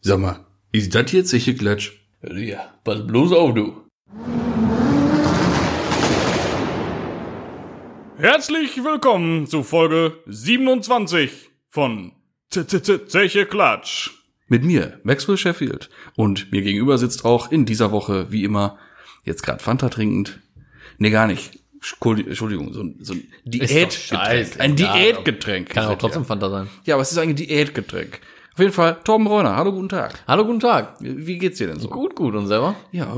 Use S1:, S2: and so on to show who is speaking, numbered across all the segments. S1: Sag mal, ist das jetzt sicher Klatsch?
S2: Ja, pass bloß auf, du.
S3: Herzlich willkommen zu Folge 27 von Z- Z- Z- Zeche Klatsch.
S2: Mit mir, Maxwell Sheffield. Und mir gegenüber sitzt auch in dieser Woche, wie immer, jetzt gerade Fanta trinkend. Nee, gar nicht. Schkul- Entschuldigung, so ein, so ein Diätgetränk.
S4: scheißegal.
S2: Ein Diätgetränk.
S4: Kann auch
S2: ist das,
S4: trotzdem Fanta sein.
S2: ja. ja, aber es ist ein Diätgetränk. Auf jeden Fall, Torben Reuner, hallo, guten Tag.
S4: Hallo, guten Tag.
S2: Wie geht's dir denn so?
S4: Gut, gut. Und selber?
S2: Ja,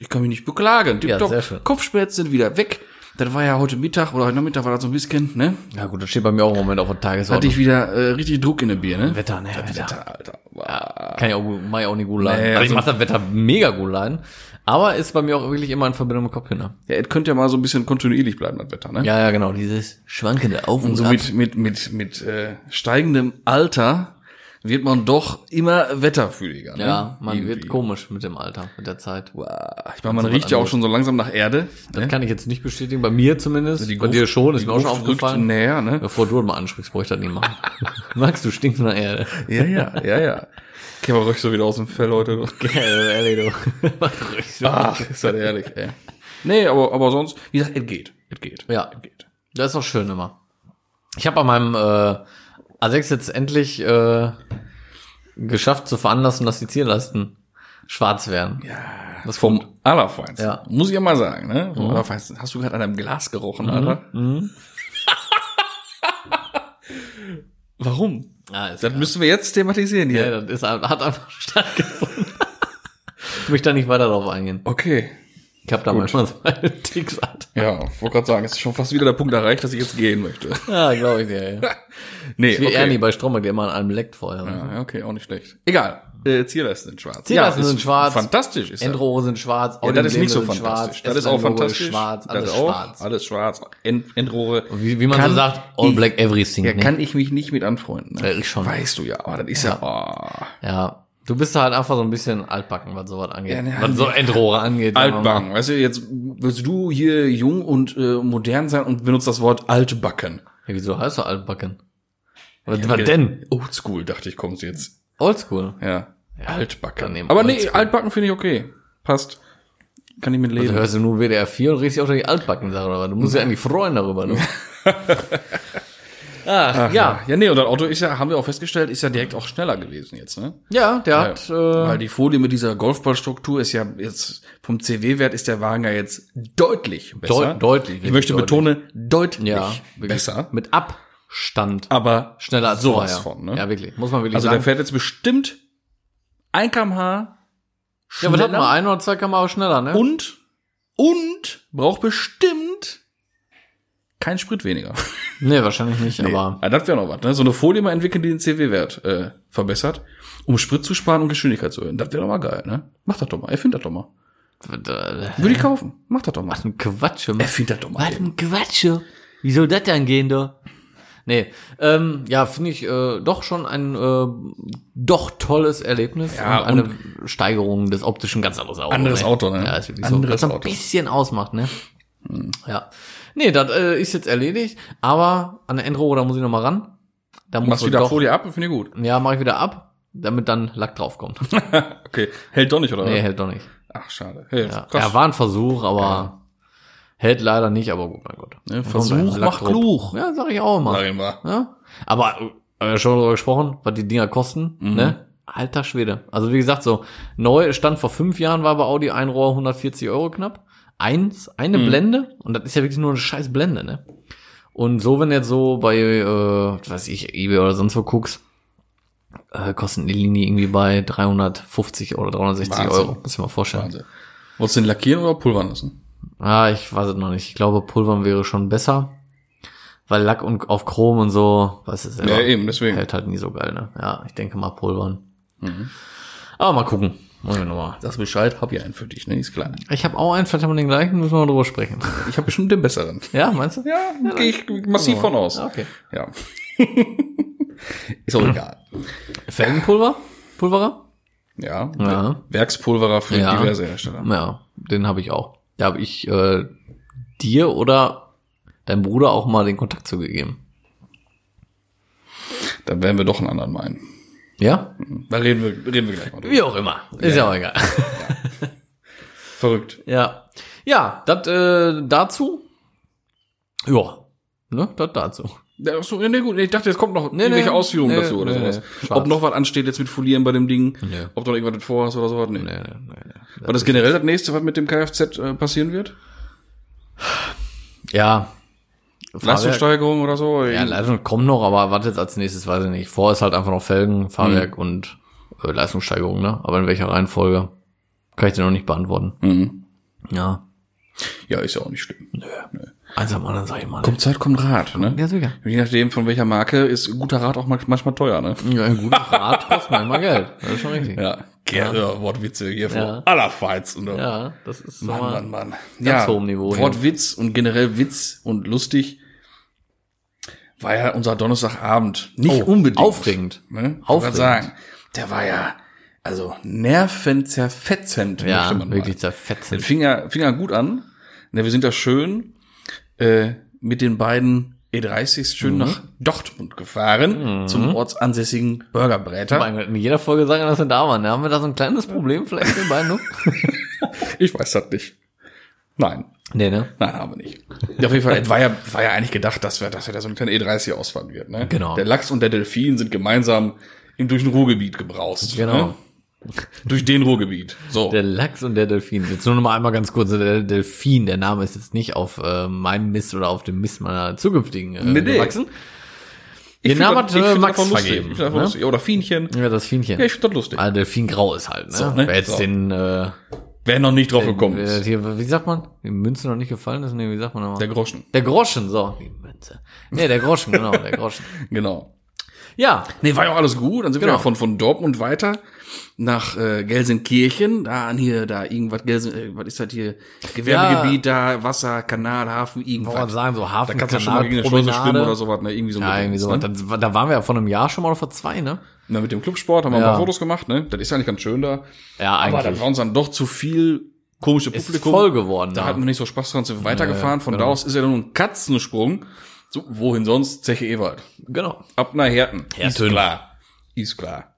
S2: ich kann mich nicht beklagen. Tipptopp.
S4: sehr schön.
S2: Kopfschmerzen sind wieder weg. Das war ja heute Mittag oder heute Nachmittag war das so ein bisschen, ne?
S4: Ja gut, das steht bei mir auch im Moment auf der
S2: Hatte
S4: Tagesordnung.
S2: ich wieder äh, richtig Druck in der Bier, ne?
S4: Wetter, ne? Wetter.
S2: Alter.
S4: Kann ich auch, gut- mach ich auch nicht gut leiden.
S2: Nee,
S4: also,
S2: also-
S4: ich mach das Wetter mega gut leiden. Aber ist bei mir auch wirklich immer in Verbindung mit Kopfhörer.
S2: Ja, es könnte ja mal so ein bisschen kontinuierlich bleiben, das Wetter, ne?
S4: Ja, ja, genau. Dieses schwankende Auf und
S2: So mit, mit, mit, mit äh, steigendem Alter wird man doch immer wetterfühliger, ne?
S4: Ja, man wird
S2: Irgendwie.
S4: komisch mit dem Alter, mit der Zeit.
S2: Wow. Ich meine, man riecht ja auch schon so langsam nach Erde.
S4: Das kann ich jetzt nicht bestätigen, bei mir zumindest. bei
S2: Gruft-
S4: dir schon, ist
S2: die
S4: mir auch schon
S2: Gruft rückt
S4: aufgefallen.
S2: Näher, ne?
S4: Bevor du mal ansprichst, brauche ich das nicht machen. Magst du stinkst nach Erde.
S2: Ja, ja, ja, ja. Kämmer ruhig so wieder aus dem Fell heute.
S4: Ehrlich, du. Mach ruhig so.
S2: Ach, ist halt ehrlich, ey. Nee, aber, aber sonst, wie gesagt, es geht. Es geht.
S4: Ja, das ist doch schön immer. Ich habe bei meinem äh, A6 jetzt endlich äh, geschafft zu veranlassen, dass die Zierleisten schwarz werden. Ja. Das vom
S2: Vom Allerfeinsten.
S4: Ja. Mhm.
S2: Muss ich ja mal sagen, ne? Vom Allerfeinsten. Hast du gerade an einem Glas gerochen, Alter? Warum?
S4: ah, ist
S2: Das
S4: klar.
S2: müssen wir jetzt thematisieren hier.
S4: ja, das ist, ein- hat einfach stattgefunden. ich möchte da nicht weiter drauf eingehen.
S2: Okay.
S4: Ich habe da manchmal so meine Ticks hat.
S2: Ja, wollte gerade sagen, es ist schon fast wieder der Punkt erreicht, dass ich jetzt gehen möchte.
S4: Ja, glaube ich dir. Ja.
S2: Nee,
S4: Wie
S2: okay.
S4: Ernie bei Stromberg, der immer an allem leckt vorher.
S2: Ja, okay, auch nicht schlecht. Egal. Äh, Zierleisten sind schwarz.
S4: Zierleisten
S2: ist
S4: sind schwarz.
S2: Fantastisch ist das.
S4: Endrohre sind schwarz,
S2: Ja, das ist nicht so
S4: Audi-Embleme sind
S2: fantastisch.
S4: schwarz,
S2: das ist auch
S4: S-Bahn-Logo
S2: fantastisch.
S4: schwarz,
S2: das
S4: alles
S2: auch,
S4: schwarz.
S2: Alles schwarz. End, Endrohre.
S4: Wie, wie man
S2: Kann
S4: so sagt, all
S2: ich-
S4: black everything.
S2: Ja,
S4: ne?
S2: kann ich mich nicht mit anfreunden. Ne?
S4: Ja, ich schon.
S2: Weißt du ja, aber das ist ja. oh.
S4: Ja, du bist halt einfach so ein bisschen altbacken, was sowas angeht.
S2: Ja, ne,
S4: was so Endrohre angeht. sagen wir mal.
S2: Altbacken. Weißt du, jetzt willst du hier jung und äh, modern sein und benutzt das Wort altbacken.
S4: Ja, wieso heißt du altbacken? Was, was denn?
S2: Oldschool, dachte ich, kommst jetzt.
S4: Oldschool.
S2: Ja.
S4: dann
S2: altbacken.
S4: nehmen
S2: Aber
S4: wir
S2: nee,
S4: Oldschool.
S2: altbacken finde ich okay. Passt. Kann ich mit
S4: Du
S2: leben.
S4: Also hörst du nur WDR 4 und redest dich auch durch die altbacken Sache, aber du musst ja eigentlich freuen darüber. Du. Ach, ja.
S2: ja, nee, und das Auto ist ja, haben wir auch festgestellt, ist ja direkt auch schneller gewesen jetzt, ne?
S4: Ja, der hat,
S2: Weil
S4: äh,
S2: die Folie mit dieser Golfballstruktur ist ja jetzt vom CW-Wert ist der Wagen ja jetzt deutlich besser.
S4: Deut- deutlich,
S2: Ich möchte
S4: wirklich
S2: betone deutlich
S4: ja, wirklich
S2: besser.
S4: mit Abstand
S2: Aber
S4: schneller als
S2: sowas
S4: vorher.
S2: von, ne?
S4: Ja, wirklich. Muss man wirklich
S2: also der
S4: sagen.
S2: fährt jetzt bestimmt 1 kmh
S4: Ja, aber das hat
S2: schneller
S4: mal ein oder zwei Kamera schneller, ne?
S2: und und braucht bestimmt keinen Sprit weniger.
S4: nee, wahrscheinlich nicht, aber
S2: Ah, das wäre noch was, ne? So eine Folie mal entwickeln, die den CW-Wert äh, verbessert, um Sprit zu sparen und Geschwindigkeit zu erhöhen. Das wäre doch mal geil, ne? Mach das doch mal. Erfind das doch mal. Würde ich kaufen. Mach das doch mal.
S4: Was äh, ein Quatsch. Mann.
S2: Erfind das doch mal.
S4: Was ein Quatsch. Wie soll das denn gehen, da? Nee, ähm, ja, finde ich äh, doch schon ein äh, doch tolles Erlebnis
S2: Ja,
S4: und eine Steigerung des optischen ganz anderes Auto.
S2: Anderes
S4: ne?
S2: Auto, ne?
S4: Ja, ist wirklich
S2: Anderes
S4: so, was ein
S2: Auto. Hm.
S4: bisschen ausmacht, ne? Ja. Nee, das äh, ist jetzt erledigt, aber an der Endrohre, da muss ich noch mal ran. Da muss
S2: Machst
S4: ich
S2: wieder
S4: doch,
S2: Folie ab, finde ich gut.
S4: Ja, mache ich wieder ab, damit dann Lack draufkommt.
S2: Okay. Hält doch nicht, oder?
S4: nee, hält doch nicht.
S2: Ach, schade. Hey,
S4: Ja,
S2: krass.
S4: ja war ein Versuch, aber hält leider nicht, aber gut, mein Gott.
S2: Ne,
S4: Dann
S2: Versuch
S4: kommt ein
S2: macht
S4: Lackdruck.
S2: klug.
S4: Ja, sag ich auch
S2: Sag
S4: mal.
S2: ich mal.
S4: Ja? Aber äh, haben wir schon darüber gesprochen, was die Dinger kosten,
S2: Mhm.
S4: ne? Alter Schwede. Also wie gesagt, so neu stand vor fünf Jahren war bei Audi ein Rohr 140 Euro knapp. Eins, eine
S2: Mhm.
S4: Blende und das ist ja wirklich nur eine scheiß Blende, ne? Und so, wenn du jetzt so bei, äh, was weiß ich, eBay oder sonst wo guckst, äh, kosten die Linie irgendwie bei 350 oder 360
S2: Wahnsinn.
S4: Euro. Muss ich mal vorstellen.
S2: Wahnsinn. Wolltest du den lackieren oder pulvern lassen?
S4: Ah, ich weiß es noch nicht. Ich glaube, Pulvern wäre schon besser. Weil Lack und auf Chrom und so, was ist
S2: Ja, eben, deswegen. Mhm.
S4: Hält halt nie so geil, ne? Ja, ich denke mal Pulvern. Aber mal gucken. Wollen wir noch mal.
S2: Sag Bescheid, hab ich einen für dich, ne? Ist klar.
S4: Ich habe auch einen, vielleicht haben wir den gleichen, müssen wir mal drüber sprechen.
S2: Ich habe bestimmt den besseren.
S4: ja, meinst du?
S2: Ja, gehe ich massiv von aus.
S4: Okay. Hm.
S2: Ja. ist auch egal.
S4: Felgenpulver? Pulverer?
S2: Ja.
S4: Ja.
S2: Werkspulverer für
S4: Ja.
S2: diverse Hersteller.
S4: Ja, den habe ich auch. Da habe ich äh, dir oder deinem Bruder auch mal den Kontakt zugegeben.
S2: Dann werden wir doch einen anderen meinen.
S4: Ja?
S2: Da reden wir, reden wir gleich mal drüber.
S4: Wie auch immer. Ist ja, auch egal.
S2: Verrückt.
S4: Ja. Ja, das äh, dazu. Ja. Ne, das dazu.
S2: Ja, ach so, nee, nee, gut, nee, ich dachte, jetzt kommt noch
S4: Nee,
S2: irgendwelche
S4: nee,
S2: Ausführungen
S4: nee,
S2: dazu oder
S4: nee,
S2: sowas.
S4: nee, schwarz.
S2: Ob noch was ansteht jetzt mit Folieren bei dem Ding,
S4: Nee.
S2: ob du noch irgendwas mit vorhast oder sowas. Nee.
S4: Nee, nee, nee, nee.
S2: War das generell das nächste, was mit dem Kfz äh, passieren wird?
S4: Ah, Ja.
S2: Leistungssteigerung oder so?
S4: Ja, Leistung kommt noch, aber was jetzt als nächstes, weiß ich nicht. Vor ist halt einfach noch Felgen, Fahrwerk und äh, Leistungssteigerung, ne? Aber in welcher Reihenfolge? Kann ich dir noch nicht beantworten.
S2: Mhm.
S4: Ja.
S2: ja, ist ja auch nicht schlimm.
S4: Eins am anderen, sag ich mal.
S2: Kommt Zeit, kommt Rat, ne?
S4: Ja, sicher.
S2: Je nachdem, von welcher Marke, ist guter Rat auch manch- manchmal teuer, ne?
S4: Ja, ein gutes Rad kostet manchmal Geld. Das ist schon richtig.
S2: Ja. Gerne, Wortwitze hier
S4: Ja.
S2: vor allerfeits. Und
S4: Ja, das ist so
S2: Mann,
S4: mal-
S2: Mann, Mann.
S4: hohem Niveau hier.
S2: Wortwitz und generell Witz und lustig war ja unser Donnerstagabend. Nicht
S4: Oh,
S2: unbedingt.
S4: Aufregend.
S2: Ne? Ich wollte grad
S4: Aufregend.
S2: sagen, der war ja, also nervenzerfetzend,
S4: Ja,
S2: mal.
S4: wirklich
S2: Den
S4: zerfetzen.
S2: fing ja, fing ja gut an. Ne, wir sind da schön äh, mit den beiden E30s
S4: Mhm.
S2: schön nach Dortmund gefahren zum ortsansässigen Burgerbräter.
S4: Mein Gott, In jeder Folge sagen wir, dass wir da waren. ne? Haben wir da so ein kleines Problem vielleicht mit den beiden? noch?
S2: Ich weiß das nicht. Nein,
S4: nee, ne?
S2: nein, haben wir nicht. Auf jeden Fall, es war ja, war ja eigentlich gedacht, dass wir, dass wir da so eine kleine E30 ausfahren wird. Ne?
S4: Genau.
S2: Der Lachs und der Delfin sind gemeinsam im durch den Ruhrgebiet gebraust.
S4: Genau.
S2: Ne? Durch den Ruhrgebiet. So.
S4: Der Lachs und der Delfin. Jetzt nur noch mal einmal ganz kurz. Der Delfin, der Name ist jetzt nicht auf äh, meinem Mist oder auf dem Mist meiner zukünftigen äh,
S2: Nee, nee.
S4: gewachsen.
S2: ich
S4: den Namen
S2: das-
S4: hat,
S2: ich
S4: äh,
S2: das
S4: Max
S2: voll lustig.
S4: vergeben,
S2: Ich find das voll
S4: ne?
S2: lustig. Oder Fienchen.
S4: Ja, das Fienchen.
S2: Ja, ich finde das lustig.
S4: ah, Delfin grau ist halt, ne?
S2: So, ne?
S4: Wer jetzt
S2: So.
S4: den, äh,
S2: Wer noch nicht drauf gekommen
S4: wer das
S2: ist.
S4: hier, wie sagt man? Die Münze noch nicht gefallen ist? Nee, wie sagt man nochmal?
S2: Der Groschen.
S4: Der Groschen, so. Die Münze. Nee, der Groschen, genau, der Groschen.
S2: Genau.
S4: Ja,
S2: Nee, war ja auch alles gut. Dann sind
S4: Genau.
S2: wir ja von, von Dortmund weiter nach äh, Gelsenkirchen. Da an hier, da irgendwas, Gelsen, äh, was ist das hier? Gewerbegebiet, da Wasser, Kanal, Hafen,
S4: wollte man
S2: irgendwas.
S4: sagen, so Hafen,
S2: Da kannst du schon mal gegen eine Schleuse schwimmen oder sowas, ne? Irgendwie so
S4: Ja, irgendwie
S2: Dings,
S4: sowas.
S2: Ne?
S4: Dann- Da waren wir ja vor einem Jahr schon mal oder vor zwei, ne?
S2: Na, mit dem Clubsport haben wir
S4: Ja.
S2: ein paar Fotos gemacht, ne? Das ist eigentlich ganz schön da.
S4: Ja,
S2: Aber dann
S4: eigentlich.
S2: war uns dann doch zu viel komische
S4: Ist
S2: Publikum.
S4: voll geworden.
S2: Da
S4: genau. ne?
S2: hatten wir nicht so Spaß dran, sind wir weitergefahren. Von da aus ist ja nur ein Katzensprung. So, wohin sonst? Zeche Ewald.
S4: genau.
S2: Ab nach Herten.
S4: Herten.
S2: Ist klar. Ist klar.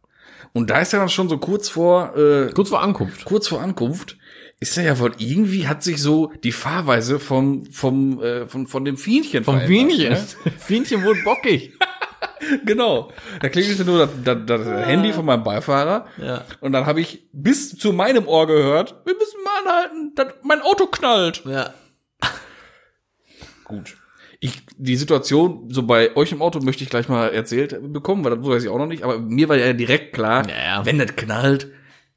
S2: Und da ist ja dann schon so kurz vor, äh,
S4: Kurz vor Ankunft.
S2: kurz vor Ankunft, ist ja ja wohl irgendwie hat sich so die Fahrweise vom, vom, äh, von, von dem Fienchen
S4: Vom
S2: verändert,
S4: Fienchen. Fienchen wurde bockig.
S2: Ne? Genau. Da klingelte nur das, das, das Handy von meinem Beifahrer.
S4: Ah. Ja.
S2: Und dann habe ich bis zu meinem Ohr gehört, wir müssen mal anhalten, das, mein Auto knallt.
S4: ja.
S2: Gut. Ich, die Situation, so bei euch im Auto möchte ich gleich mal erzählt bekommen, weil das weiß ich auch noch nicht, aber mir war ja direkt klar,
S4: Naja.
S2: wenn das knallt,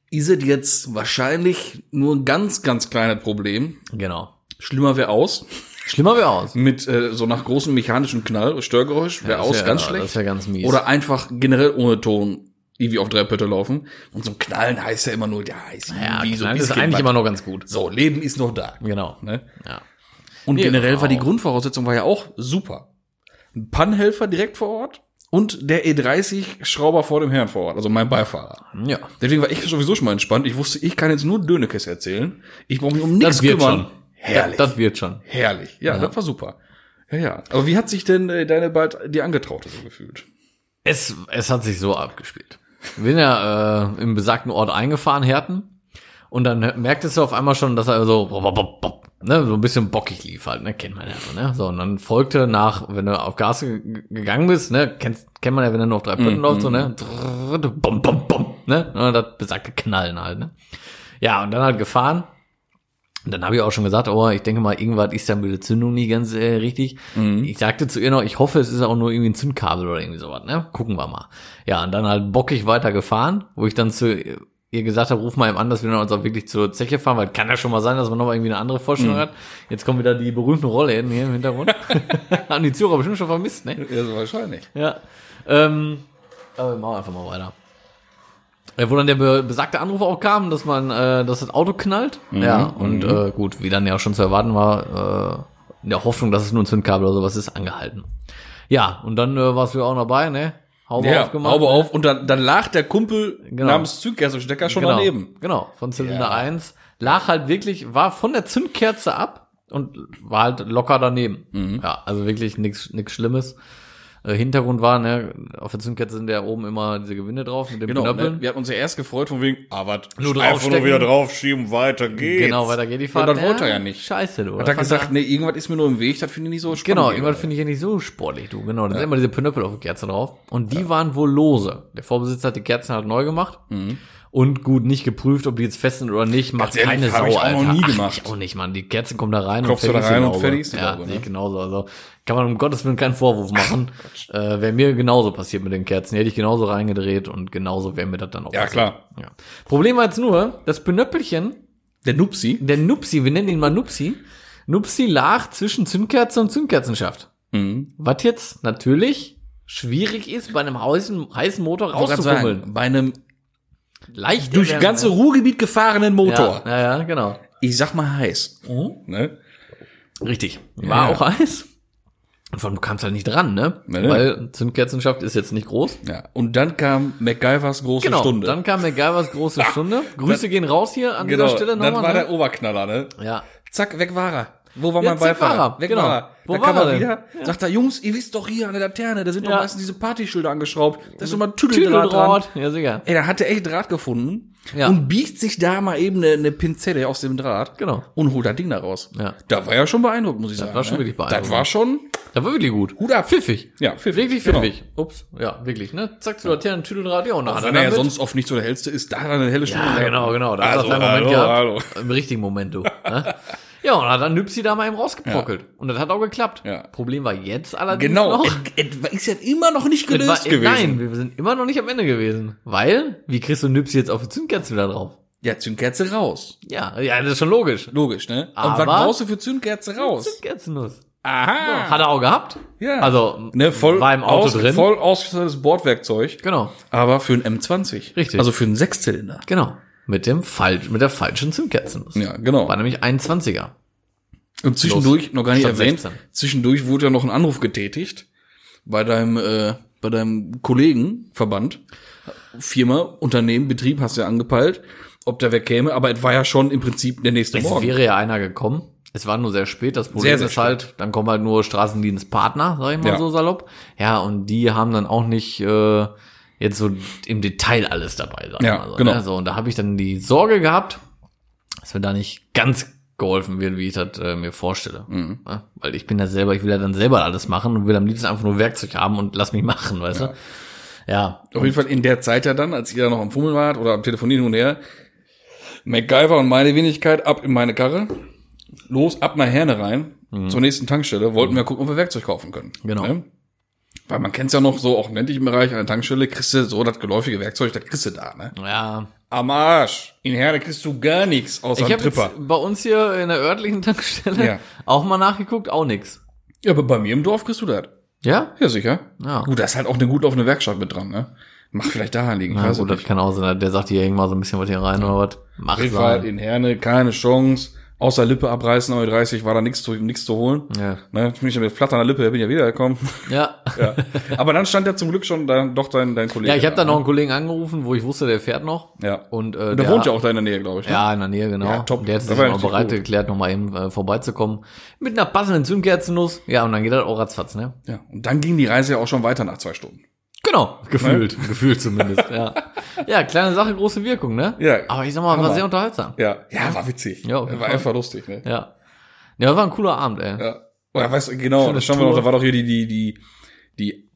S2: ist es jetzt wahrscheinlich nur ein ganz, ganz kleines Problem.
S4: Genau.
S2: Schlimmer wäre aus.
S4: Schlimmer wäre aus.
S2: Mit äh, so nach großem mechanischen Knall, Störgeräusch, wäre
S4: das
S2: aus
S4: wär-
S2: ganz
S4: das
S2: schlecht.
S4: wär ganz mies.
S2: Oder einfach generell ohne Ton irgendwie auf drei Pötte laufen. Und so ein Knallen heißt ja immer nur, ja, ist
S4: Ja,
S2: irgendwie so ein
S4: Knall ist
S2: bisschen
S4: eigentlich
S2: was.
S4: immer noch ganz gut.
S2: So, Leben ist noch da.
S4: Genau.
S2: Ne?
S4: Ja.
S2: Und
S4: Nee,
S2: generell war die
S4: auch.
S2: Grundvoraussetzung war ja auch super. Ein Pannhelfer direkt vor Ort und der E30 Schrauber vor dem Herrn vor Ort, also mein Beifahrer.
S4: Ja.
S2: Deswegen war ich sowieso schon mal entspannt. Ich wusste, ich kann jetzt nur Dönekes erzählen. Ich brauche mich um nichts
S4: Das wird
S2: kümmern.
S4: schon.
S2: Herrlich.
S4: Das, das wird schon.
S2: herrlich. Ja, das war super. Ja, ja. Aber wie hat sich denn äh, deine bald die Angetraute so gefühlt?
S4: Es, es hat sich so abgespielt. Wir sind ja äh, im besagten Ort eingefahren, Herten. Und dann hör- merktest du auf einmal schon, dass er so, bop, bop, bop, bop, ne, so ein bisschen bockig lief halt, ne, kennt man ja so, ne. So, und dann folgte nach, wenn du auf Gas ge- gegangen bist, ne, kennst, kennt man ja, wenn du nur auf drei Pötten läufst, so, ne, drrrr, bom, bom, bom, ne, und das besagte Knallen halt, ne. Ja, und dann halt gefahren. Und dann habe ich auch schon gesagt, oh, ich denke mal, irgendwas ist dann mit der Zündung nicht ganz äh, richtig. Ich sagte zu ihr noch, ich hoffe, es ist auch nur irgendwie ein Zündkabel oder irgendwie sowas, ne? Gucken wir mal. Ja, und dann halt bockig weitergefahren, wo ich dann zu ihr gesagt habe, ruf mal eben an, dass wir dann uns auch wirklich zur Zeche fahren, weil kann ja schon mal sein, dass man nochmal irgendwie eine andere Vorstellung hat. Jetzt kommen wieder die berühmten Rollläden hier im Hintergrund. Haben die Zuhörer bestimmt schon vermisst, ne?
S2: Ja, so wahrscheinlich.
S4: Ja. Ähm, aber wir machen einfach mal weiter. Äh, Wo dann der be besagte Anruf auch kam, dass man, äh, dass das Auto knallt.
S2: Mhm,
S4: Ja, und äh, gut, wie dann ja schon zu erwarten war, äh, in der Hoffnung, dass es nur ein Zündkabel oder sowas ist, angehalten. Ja, und dann äh, warst du ja auch dabei, ne? Haube
S2: Ja,
S4: aufgemacht. ne?
S2: Haube auf und dann, dann lag der Kumpel
S4: Genau.
S2: namens Zündkerzenstecker schon
S4: genau,
S2: daneben.
S4: Genau, von Zylinder
S2: Ja.
S4: 1. Lag halt wirklich, war von der Zündkerze
S2: Mhm.
S4: ab und war halt locker daneben. Ja, also wirklich nichts Schlimmes. Äh, Hintergrund war, ne, auf der Zündkette sind ja oben immer diese Gewinde drauf mit dem
S2: Genau,
S4: Knöppeln.
S2: ne? wir hatten uns ja erst gefreut von wegen, ah, was?
S4: Nur
S3: Einfach nur
S4: draufstecken.
S3: wieder draufschieben, weiter geht's.
S4: Genau, weiter geht die Fahrt.
S2: dann wollte er ja nicht.
S4: Scheiße, du.
S2: Hat er
S4: Fand
S2: gesagt,
S4: er-
S2: nee, irgendwas ist mir nur im Weg, das finde ich nicht so spannend.
S4: Genau, irgendwann finde ich ja nicht so sportlich, du. Genau, da sind immer diese Pinöppel auf den Kerzen drauf. Und die waren wohl lose. Der Vorbesitzer hat die Kerzen halt neu gemacht. Und gut, nicht geprüft, ob die jetzt fest sind oder nicht. Macht
S2: Mhm. ehrlich,
S4: keine
S2: hab
S4: Sau,
S2: ich auch noch
S4: Alter.
S2: nie
S4: Ach,
S2: gemacht.
S4: ich auch nicht, Mann. Die Kerzen kommen da rein
S2: Klopfst du da
S4: die
S2: rein und
S4: Laube.
S2: verlierst die
S4: Ja,
S2: Laube,
S4: sehe
S2: ne?
S4: ich genauso. Also kann man um Gottes Willen keinen Vorwurf machen. äh, wäre mir genauso passiert mit den Kerzen. Die hätte ich genauso reingedreht und genauso wäre mir das dann auch
S2: Ja,
S4: passiert.
S2: klar.
S4: Ja. Problem war jetzt nur, das Pinöppelchen
S2: Der Nupsi.
S4: der Nupsi, wir nennen ihn mal Nupsi. Nupsi lag zwischen Zündkerze und Zündkerzenschaft.
S2: Mhm.
S4: Was jetzt natürlich schwierig ist, bei einem heißen, heißen Motor
S2: Ich wollte gerade
S4: rauszuwummeln.
S2: sagen, bei einem
S4: Leicht
S2: durch
S4: erwärmen,
S2: ganze
S4: ne?
S2: Ruhrgebiet gefahrenen Motor.
S4: Ja, ja, ja, genau.
S2: Ich sag mal heiß.
S4: Mhm.
S2: Ne?
S4: Richtig. War
S2: Ja.
S4: auch heiß. Und vor allem, du kamst halt nicht dran, ne?
S2: Nee, nee.
S4: Weil Zündkerzenschaft ist jetzt nicht groß.
S2: Ja. Und dann kam MacGyvers große
S4: Genau.
S2: Stunde.
S4: Dann kam MacGyvers große Stunde. Grüße gehen raus hier an dieser
S2: das
S4: Stelle
S2: genau, war
S4: nochmal.
S2: der
S4: Ne?
S2: Oberknaller, ne?
S4: Ja.
S2: Zack, weg war er. Wo war
S4: Ja,
S2: mein
S4: zack, war
S2: Beifahrer?
S4: er.
S2: Weg
S4: Genau.
S2: war er.
S4: Wo
S2: Dann
S4: war
S2: kam
S4: er
S2: er
S4: denn?
S2: wieder, sagt er, Jungs, ihr wisst doch hier an der Laterne, da sind
S4: Ja.
S2: doch meistens diese Partyschilder angeschraubt. Da ist doch mal ein Tüdeldraht dran.
S4: Tüdeldraht. Ja, sicher.
S2: Ey, da hat er echt Draht gefunden
S4: Ja.
S2: und biegt sich da mal eben eine, eine Pinzette aus dem Draht
S4: Genau.
S2: und holt das Ding da raus.
S4: Ja.
S2: Da war ja schon beeindruckt, muss ich sagen.
S4: war schon
S2: ne?
S4: wirklich beeindruckend.
S2: Das war schon,
S4: Da war wirklich gut. Hut ab. Pfiffig.
S2: ja, pfiffig.
S4: Wirklich
S2: Genau.
S4: pfiffig. Ups, ja, wirklich, ne? Zack, zu Laternen, Tüdeldraht, ja, und dann hat er
S2: Wenn er ja
S4: damit-
S2: sonst oft nicht so der Hellste ist, da dann eine helle Stunde.
S4: Ja, genau, genau. Da
S3: Also,
S4: hat er einen Moment
S3: hallo,
S4: gehabt.
S3: hallo.
S4: Im richtigen Moment, du. Ne? Ja, und hat dann Nüpsi da mal eben rausgeprockelt. Und das hat auch geklappt.
S2: Ja.
S4: Problem war jetzt allerdings
S2: Genau.
S4: noch.
S2: Et, et, ist ja immer noch nicht
S4: es
S2: gelöst
S4: war, äh,
S2: gewesen.
S4: Nein, wir sind immer noch nicht am Ende gewesen. Weil, wie kriegst du Nüpsi jetzt auf die Zündkerze wieder drauf?
S2: Ja, Zündkerze raus.
S4: Ja, ja, das ist schon logisch.
S2: Logisch, ne?
S4: Aber-
S2: Und was brauchst du für Zündkerze raus?
S4: Zündkerzennuss.
S2: Aha.
S4: Hat er auch gehabt?
S2: Ja.
S4: Also,
S2: Ne, voll,
S4: war im Auto
S2: aus,
S4: drin.
S2: voll ausgestattetes Bordwerkzeug,
S4: Genau,
S2: aber für ein M20.
S4: Richtig.
S2: Also für einen Sechszylinder.
S4: genau. Mit dem falsch, mit der falschen Zündkerzennuss.
S2: Ja, genau.
S4: War nämlich ein 20er.
S2: Und zwischendurch, noch gar nicht
S4: Statt
S2: erwähnt,
S4: 16.
S2: zwischendurch wurde ja noch ein Anruf getätigt bei deinem, äh, bei deinem Kollegen, Verband, Firma, Unternehmen, Betrieb, hast du ja angepeilt, ob da wer käme, aber es war ja schon im Prinzip der nächste
S4: Es
S2: Morgen.
S4: wäre ja einer gekommen. Es war nur sehr spät. Das Problem
S2: Sehr, sehr
S4: ist halt, dann kommen halt nur Straßendienstpartner, sag ich mal
S2: Ja.
S4: so salopp. Ja, und die haben dann auch nicht äh, jetzt so im Detail alles dabei, sag ich
S2: Ja,
S4: mal so.
S2: genau.
S4: Ne? So, und da habe ich dann die Sorge gehabt, dass mir da nicht ganz geholfen wird, wie ich das äh, mir vorstelle.
S2: Mhm.
S4: Ja, weil ich bin ja selber, ich will ja dann selber alles machen und will am liebsten einfach nur Werkzeug haben und lass mich machen, weißt du? Ja,
S2: Auf jeden Fall in der Zeit ja dann, als ihr da noch am Fummeln wart oder am Telefonieren hin und her, MacGyver und meine Wenigkeit ab in meine Karre, los, ab nach Herne rein, zur nächsten Tankstelle, wollten wir gucken, ob wir Werkzeug kaufen können.
S4: Mhm. Genau.
S2: Ne? Weil man kennt's ja noch so, auch im ländlichen Bereich, an der Tankstelle kriegst du so das geläufige Werkzeug, das kriegst du da, ne?
S4: ja.
S2: Am Arsch. In Herne kriegst du gar nichts außer
S4: Ich
S2: einen
S4: habe
S2: Tripper.
S4: jetzt bei uns hier in der örtlichen Tankstelle
S2: Ja.
S4: auch mal nachgeguckt, auch nix.
S2: Ja, aber bei mir im Dorf kriegst du das.
S4: Ja?
S2: Ja, sicher.
S4: Ja.
S2: Gut, da ist halt auch eine gut laufende Werkstatt mit dran, ne? Mach vielleicht daran liegen, ich
S4: Ja,
S2: weiß es
S4: gut, das
S2: nicht.
S4: kann auch sein. Der sagt hier irgendwann so ein bisschen was hier rein oder was. Mach
S2: Auf jeden Fall
S4: sein.
S2: halt in Herne keine Chance. Außer Lippe abreißen, aber 30 war da nichts zu, nichts zu holen.
S4: Ja.
S2: Ne, ich bin ja mit flatternder Lippe, bin ja wiedergekommen.
S4: Ja.
S2: ja. Aber dann stand ja zum Glück schon dann, doch dein, dein Kollege.
S4: ja, ich habe da noch
S2: ne?
S4: einen Kollegen angerufen, wo ich wusste, der fährt noch.
S2: Ja.
S4: Und äh,
S2: Der
S4: der
S2: wohnt ja auch da in der Nähe, glaube ich. ne?
S4: Ja, in der Nähe, genau.
S2: Ja, top.
S4: Der hat sich
S2: Das war
S4: mal
S2: richtig
S4: bereit
S2: gut.
S4: erklärt, nochmal eben äh, vorbeizukommen. Mit einer passenden Zündkerzennuss. Ja, und dann geht das auch ratzfatz, ne?
S2: ja. Und dann ging die Reise ja auch schon weiter nach zwei Stunden.
S4: Genau. Gefühlt. Gefühlt zumindest, ja. Ja, kleine Sache, große Wirkung, ne?
S2: Ja.
S4: Aber ich sag mal,
S2: Hammer.
S4: war sehr unterhaltsam.
S2: Ja. Ja, war witzig.
S4: Ja, auf jeden
S2: war
S4: Fall.
S2: einfach lustig, ne?
S4: Ja. Ja, war ein cooler Abend, ey.
S2: Ja. Oder weißt du, genau,
S4: Schöne
S2: das schauen wir noch,
S4: Tour.
S2: da war doch hier die, die, die, die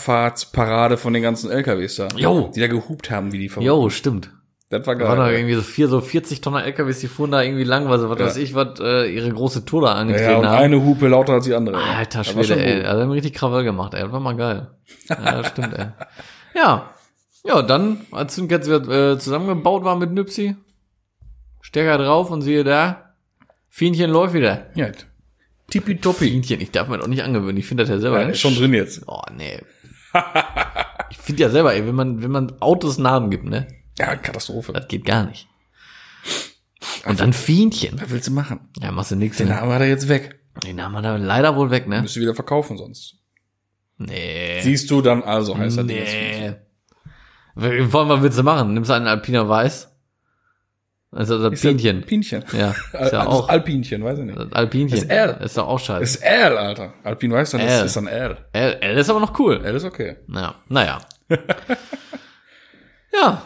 S2: Abfahrtsparade von den ganzen LKWs da.
S4: Jo.
S2: Die da gehupt haben, wie die verrückten.
S4: Jo, stimmt.
S2: Das war
S4: Da waren da
S2: geil.
S4: irgendwie so vier, so 40 Tonner LKWs, die fuhren da irgendwie lang, weil sie, was
S2: Ja.
S4: weiß ich, was, äh, ihre große Tour da
S2: ja,
S4: angetreten
S2: ja, und
S4: haben.
S2: eine Hupe lauter als die andere. ey.
S4: Alter
S2: Das war
S4: Schwede,
S2: schon
S4: ey.
S2: gut.
S4: Da haben wir richtig Krawall gemacht, ey. Das war mal geil. Ja, das stimmt, ey. Ja. Ja, dann, als Zündkerze wieder äh, zusammengebaut war mit Nüpsi, Stecker drauf und siehe da, Fienchen läuft wieder.
S2: Ja. Tippitoppi.
S4: Fienchen, ich darf mir das auch nicht angewöhnen. Ich finde das ja selber.
S2: Ja, ist schon drin jetzt.
S4: Oh, nee. ich finde ja selber, ey, wenn man, wenn man Autos Namen gibt, ne?
S2: Ja, Katastrophe.
S4: Das geht gar nicht. Und dann Fienchen.
S2: Was willst du machen?
S4: Ja, machst du nix.
S2: Also Den
S4: ne?
S2: Namen hat er jetzt weg.
S4: Den haben wir da leider wohl weg, ne?
S2: Müsst du wieder verkaufen sonst.
S4: Nee.
S2: Siehst du dann also, heißt das Ding jetzt.
S4: Nee. Vor allem, was willst du machen? Nimmst du einen Alpiner Weiß? Also das
S2: Ist ja
S4: Pinchen.
S2: Pinchen.
S4: Ja, ist
S2: Al-
S4: ja auch. Also-
S2: Das Alpinchen, weiß ich nicht.
S4: Das Alpinchen.
S2: Das R.
S4: Ist doch auch
S2: Das
S4: scheiße.
S2: ist L, Alter. Alpin weiß dann, das
S4: L.
S2: ist ein L.
S4: L, L ist aber noch cool.
S2: L ist okay.
S4: Ja, naja. ja.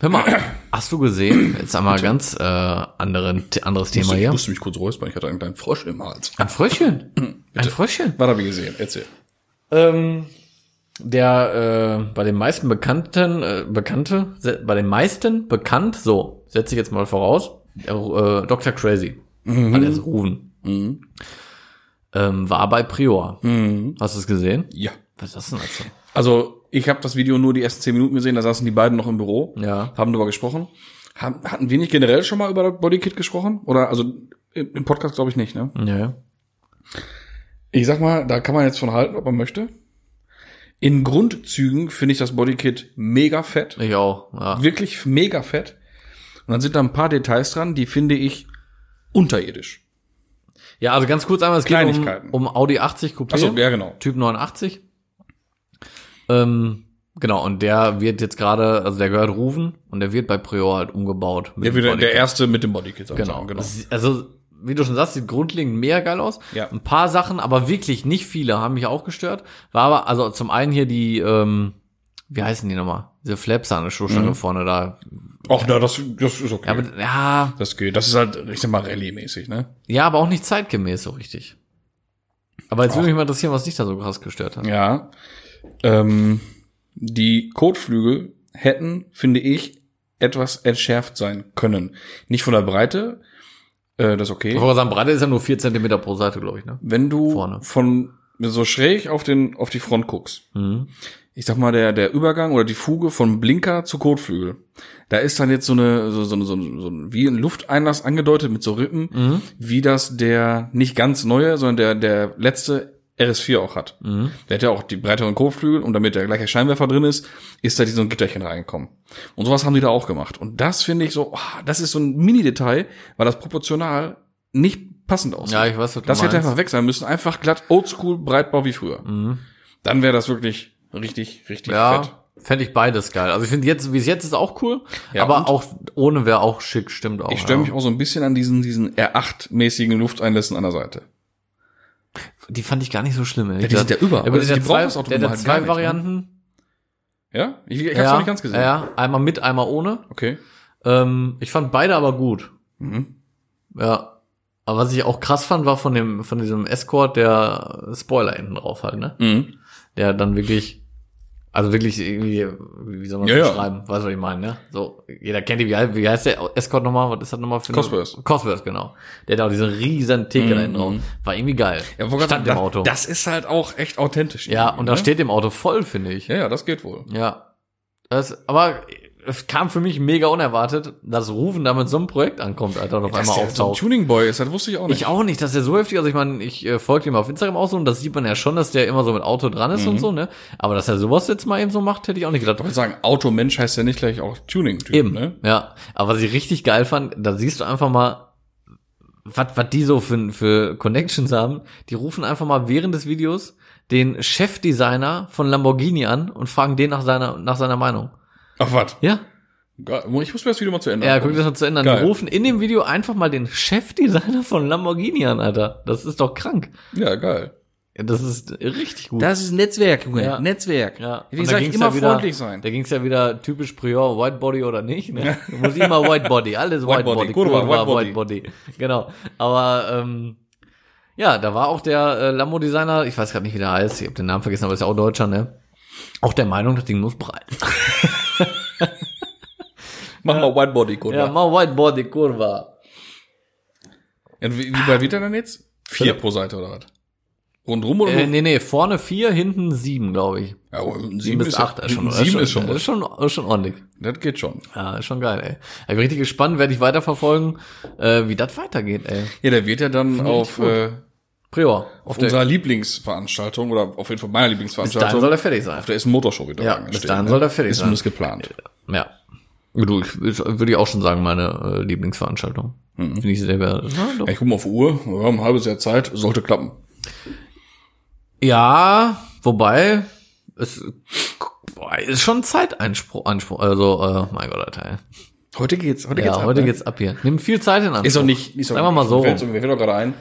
S4: Hör mal, hast du gesehen, jetzt einmal ganz äh, anderen, anderes Thema
S2: ich
S4: hier.
S2: musste mich kurz räuspern, ich hatte einen kleinen Frosch im Hals.
S4: Ein Fröschchen. Ein Fröschchen.
S2: Was habe ich gesehen? Erzähl.
S4: Ähm, der äh, bei den meisten Bekannten, äh, Bekannte, se- bei den meisten bekannt, so, setze ich jetzt mal voraus, der, äh, Dr. Crazy, hat er es rufen. Mhm. Ähm, war bei Prior. Hast du es gesehen?
S2: Ja.
S4: Mhm. Was ist das denn also?
S2: Also, ich habe das Video nur die ersten zehn Minuten gesehen, da saßen die beiden noch im Büro,
S4: Ja.
S2: haben darüber gesprochen. Haben, hatten wir nicht generell schon mal über das Bodykit gesprochen? Oder also im im Podcast glaube ich nicht, ne?
S4: Ja.
S2: Ich sag mal, da kann man jetzt von halten, ob man möchte. In Grundzügen finde ich das Bodykit mega fett.
S4: Ich auch. Ja.
S2: wirklich mega fett. Und dann sind da ein paar Details dran, die finde ich unterirdisch.
S4: ja, also ganz kurz einmal, es geht um,
S2: Kleinigkeiten.
S4: um Audi 80 Coupé.
S2: Achso, ja, genau.
S4: Typ 89. Ähm, genau, und der wird jetzt gerade, also der gehört Rufen und der wird bei Prior halt umgebaut. mit
S2: Der,
S4: dem
S2: wieder, der
S4: Bodycat.
S2: erste mit dem Bodykit.
S4: Genau,
S2: genau.
S4: genau. Also, wie du schon sagst, sieht grundlegend mega geil aus.
S2: Ja.
S4: Ein paar Sachen, aber wirklich nicht viele, haben mich auch gestört. War aber, also zum einen hier die, ähm, wie heißen die nochmal? Diese Flaps an der Schuhstange vorne da.
S2: Ach, na, das, das ist Mhm. okay.
S4: Ja, aber, ja,
S2: das geht. Das ist halt, ich sag mal, Rallye-mäßig, ne?
S4: ja, aber auch nicht zeitgemäß so richtig. Aber jetzt würde mich mal interessieren, was dich da so krass gestört hat.
S2: Ja. Ähm, die Kotflügel hätten, finde ich, etwas entschärft sein können. Nicht von der Breite, äh, das ist okay.
S4: Ich wollte sagen, Breite ist ja nur 4 cm pro Seite, glaube ich, ne?
S2: Wenn du
S4: Vorne.
S2: von so schräg auf den auf die Front guckst,
S4: Mhm.
S2: ich sag mal, der, der Übergang oder die Fuge von Blinker zu Kotflügel, da ist dann jetzt so eine, so, so, so, so so ein- wie ein Lufteinlass angedeutet mit so Rippen,
S4: Mhm.
S2: wie das der nicht ganz neue, sondern der, der letzte RS4 auch hat.
S4: Mhm.
S2: Der hat ja auch die breiteren Kotflügel und damit der gleiche Scheinwerfer drin ist, ist da so ein Gitterchen reingekommen. Und sowas haben die da auch gemacht. Und das finde ich so, ah, das ist so ein Mini-Detail, weil das proportional nicht passend aussieht.
S4: Ja, ich weiß, was du
S2: Das hätte
S4: meinst.
S2: einfach weg sein müssen. Einfach glatt, oldschool, Breitbau wie früher. Dann wäre das wirklich richtig, richtig
S4: Mhm. Ja,
S2: fett.
S4: fände ich beides geil. Also ich finde jetzt, wie es jetzt ist, auch cool,
S2: Ja,
S4: aber
S2: und-
S4: auch ohne wäre auch schick, stimmt auch.
S2: Ich störe
S4: Oh, ja.
S2: mich auch so ein bisschen an diesen, diesen R8-mäßigen Lufteinlässen an der Seite.
S4: Die fand ich gar nicht so schlimm. Ja,
S2: die sind ja überall.
S4: Aber
S2: Also
S4: der
S2: die
S4: hat zwei,
S2: brauchen das Auto
S4: der, der
S2: halt gar
S4: zwei
S2: nicht, ne?
S4: Varianten.
S2: Ja? Ich, ich hab's noch nicht ganz gesehen.
S4: Ja, einmal mit, einmal ohne.
S2: Okay.
S4: Ähm, ich fand beide aber gut.
S2: Mhm.
S4: Ja. Aber was ich auch krass fand, war von dem, von diesem Escort der Spoiler hinten drauf halt, ne?
S2: Mhm.
S4: Der dann wirklich, also wirklich irgendwie, wie soll man das
S2: Ja, ja.
S4: beschreiben? Weißt du, was ich meine, ne? So, jeder kennt die, wie, heißt- wie heißt der Escort nochmal? Was ist das nochmal für eine-
S2: Cosworth. Mhm.
S4: Cosworth, genau. Der hat auch diesen riesen Ticket da hinten drauf. War irgendwie geil.
S2: Ja, wo grad-
S4: Stand
S2: das,
S4: im Auto.
S2: das ist halt auch echt authentisch.
S4: ja,
S2: irgendwie,
S4: und da
S2: ne?
S4: steht im Auto voll, finde ich.
S2: Ja, ja, das geht wohl.
S4: Ja. Das, aber es kam für mich mega unerwartet, dass Rufen da mit so einem Projekt ankommt, Alter, und auf
S2: Dass
S4: einmal
S2: der so ein
S4: auftaucht.
S2: Tuning Boy ist, das wusste ich auch nicht.
S4: ich auch nicht, dass der so heftig, also ich meine, ich äh, folge ihm auf Instagram auch so und das sieht man ja schon, dass der immer so mit Auto dran ist
S2: Mhm.
S4: und so, ne? Aber dass er sowas jetzt mal eben so macht, hätte ich auch nicht gedacht.
S2: Ich wollte sagen, Automensch heißt ja nicht gleich auch Tuning-Typ,
S4: Eben,
S2: ne?
S4: ja. Aber was ich richtig geil fand, da siehst du einfach mal, was was die so für, für Connections haben. Die rufen einfach mal während des Videos den Chefdesigner von Lamborghini an und fragen den nach seiner, nach seiner Meinung.
S2: Ach, was?
S4: Ja,
S2: Geil. Ich muss mir das Video mal zu ändern.
S4: Ja, guck das noch zu ändern.
S2: Geil.
S4: Die rufen in dem Video einfach mal den Chefdesigner von Lamborghini an, Alter. Das ist doch krank.
S2: Ja, geil.
S4: Ja, Das ist richtig gut.
S2: Das ist Netzwerk, Junge.
S4: Ja.
S2: Netzwerk.
S4: ja.
S2: Wie
S4: Und da
S2: gesagt,
S4: ging's
S2: immer
S4: ja wieder,
S2: freundlich sein.
S4: Da ging's ja wieder typisch Prior, Whitebody oder nicht. Ne? Muss immer Whitebody, alles
S2: Whitebody,
S4: Whitebody.
S2: Kurva, Whitebody.
S4: Whitebody. Genau. Aber ähm, ja, da war auch der äh, Lambo-Designer, ich weiß gerade nicht, wie der heißt, ich habe den Namen vergessen, aber ist ja auch Deutscher, ne? Auch der Meinung, das Ding muss breit.
S2: Mach mal Whitebody, oder?
S4: Ja, mal Whitebody, Kurva.
S2: Ja, wie, wie bei Vita dann jetzt? Vier
S4: Philipp.
S2: pro Seite oder was? Rundrum oder
S4: Äh,
S2: nur-
S4: nee, nee, vorne vier, hinten sieben, glaube ich.
S2: ja, aber sieben,
S4: Sieben bis
S2: ist ja-
S4: acht ist schon,
S2: sieben
S4: oder?
S2: ist schon,
S4: das
S2: was.
S4: ist schon, ist schon ordentlich.
S2: Das geht schon.
S4: Ja, ist schon geil, ey. Ich bin richtig gespannt, werde ich weiterverfolgen, äh, wie das weitergeht, ey.
S2: Ja, der wird ja dann auf,
S4: gut.
S2: äh,
S4: Prior, auf,
S2: auf
S4: der,
S2: unserer Lieblingsveranstaltung oder auf jeden Fall meiner
S4: bis dahin
S2: Lieblingsveranstaltung.
S4: soll er fertig sein.
S2: auf der ersten Motorshow wieder
S4: Ja,
S2: dran
S4: bis
S2: stehen,
S4: dahin
S2: ne?
S4: soll er fertig
S2: ist
S4: sein.
S2: Ist geplant.
S4: Ja. Du, ich, ist- würde ich auch schon sagen, meine äh, Lieblingsveranstaltung. Finde ich selber. Ja, doch.
S2: Mhm. Ja, ich guck mal auf die Uhr. Wir haben ein halbes Jahr Zeit. Sollte klappen.
S4: ja, wobei, es boah, ist schon Zeiteinspruch, Anspruch, also, äh, mein Gott, Alter. ey.
S2: Heute geht's, heute
S4: Ja,
S2: ab,
S4: heute
S2: ne?
S4: geht's ab hier. Nimmt viel Zeit in Anspruch.
S2: Ist doch nicht, ist doch
S4: Sagen wir mal so.
S2: Mir fällt, so- mir fällt doch gerade ein,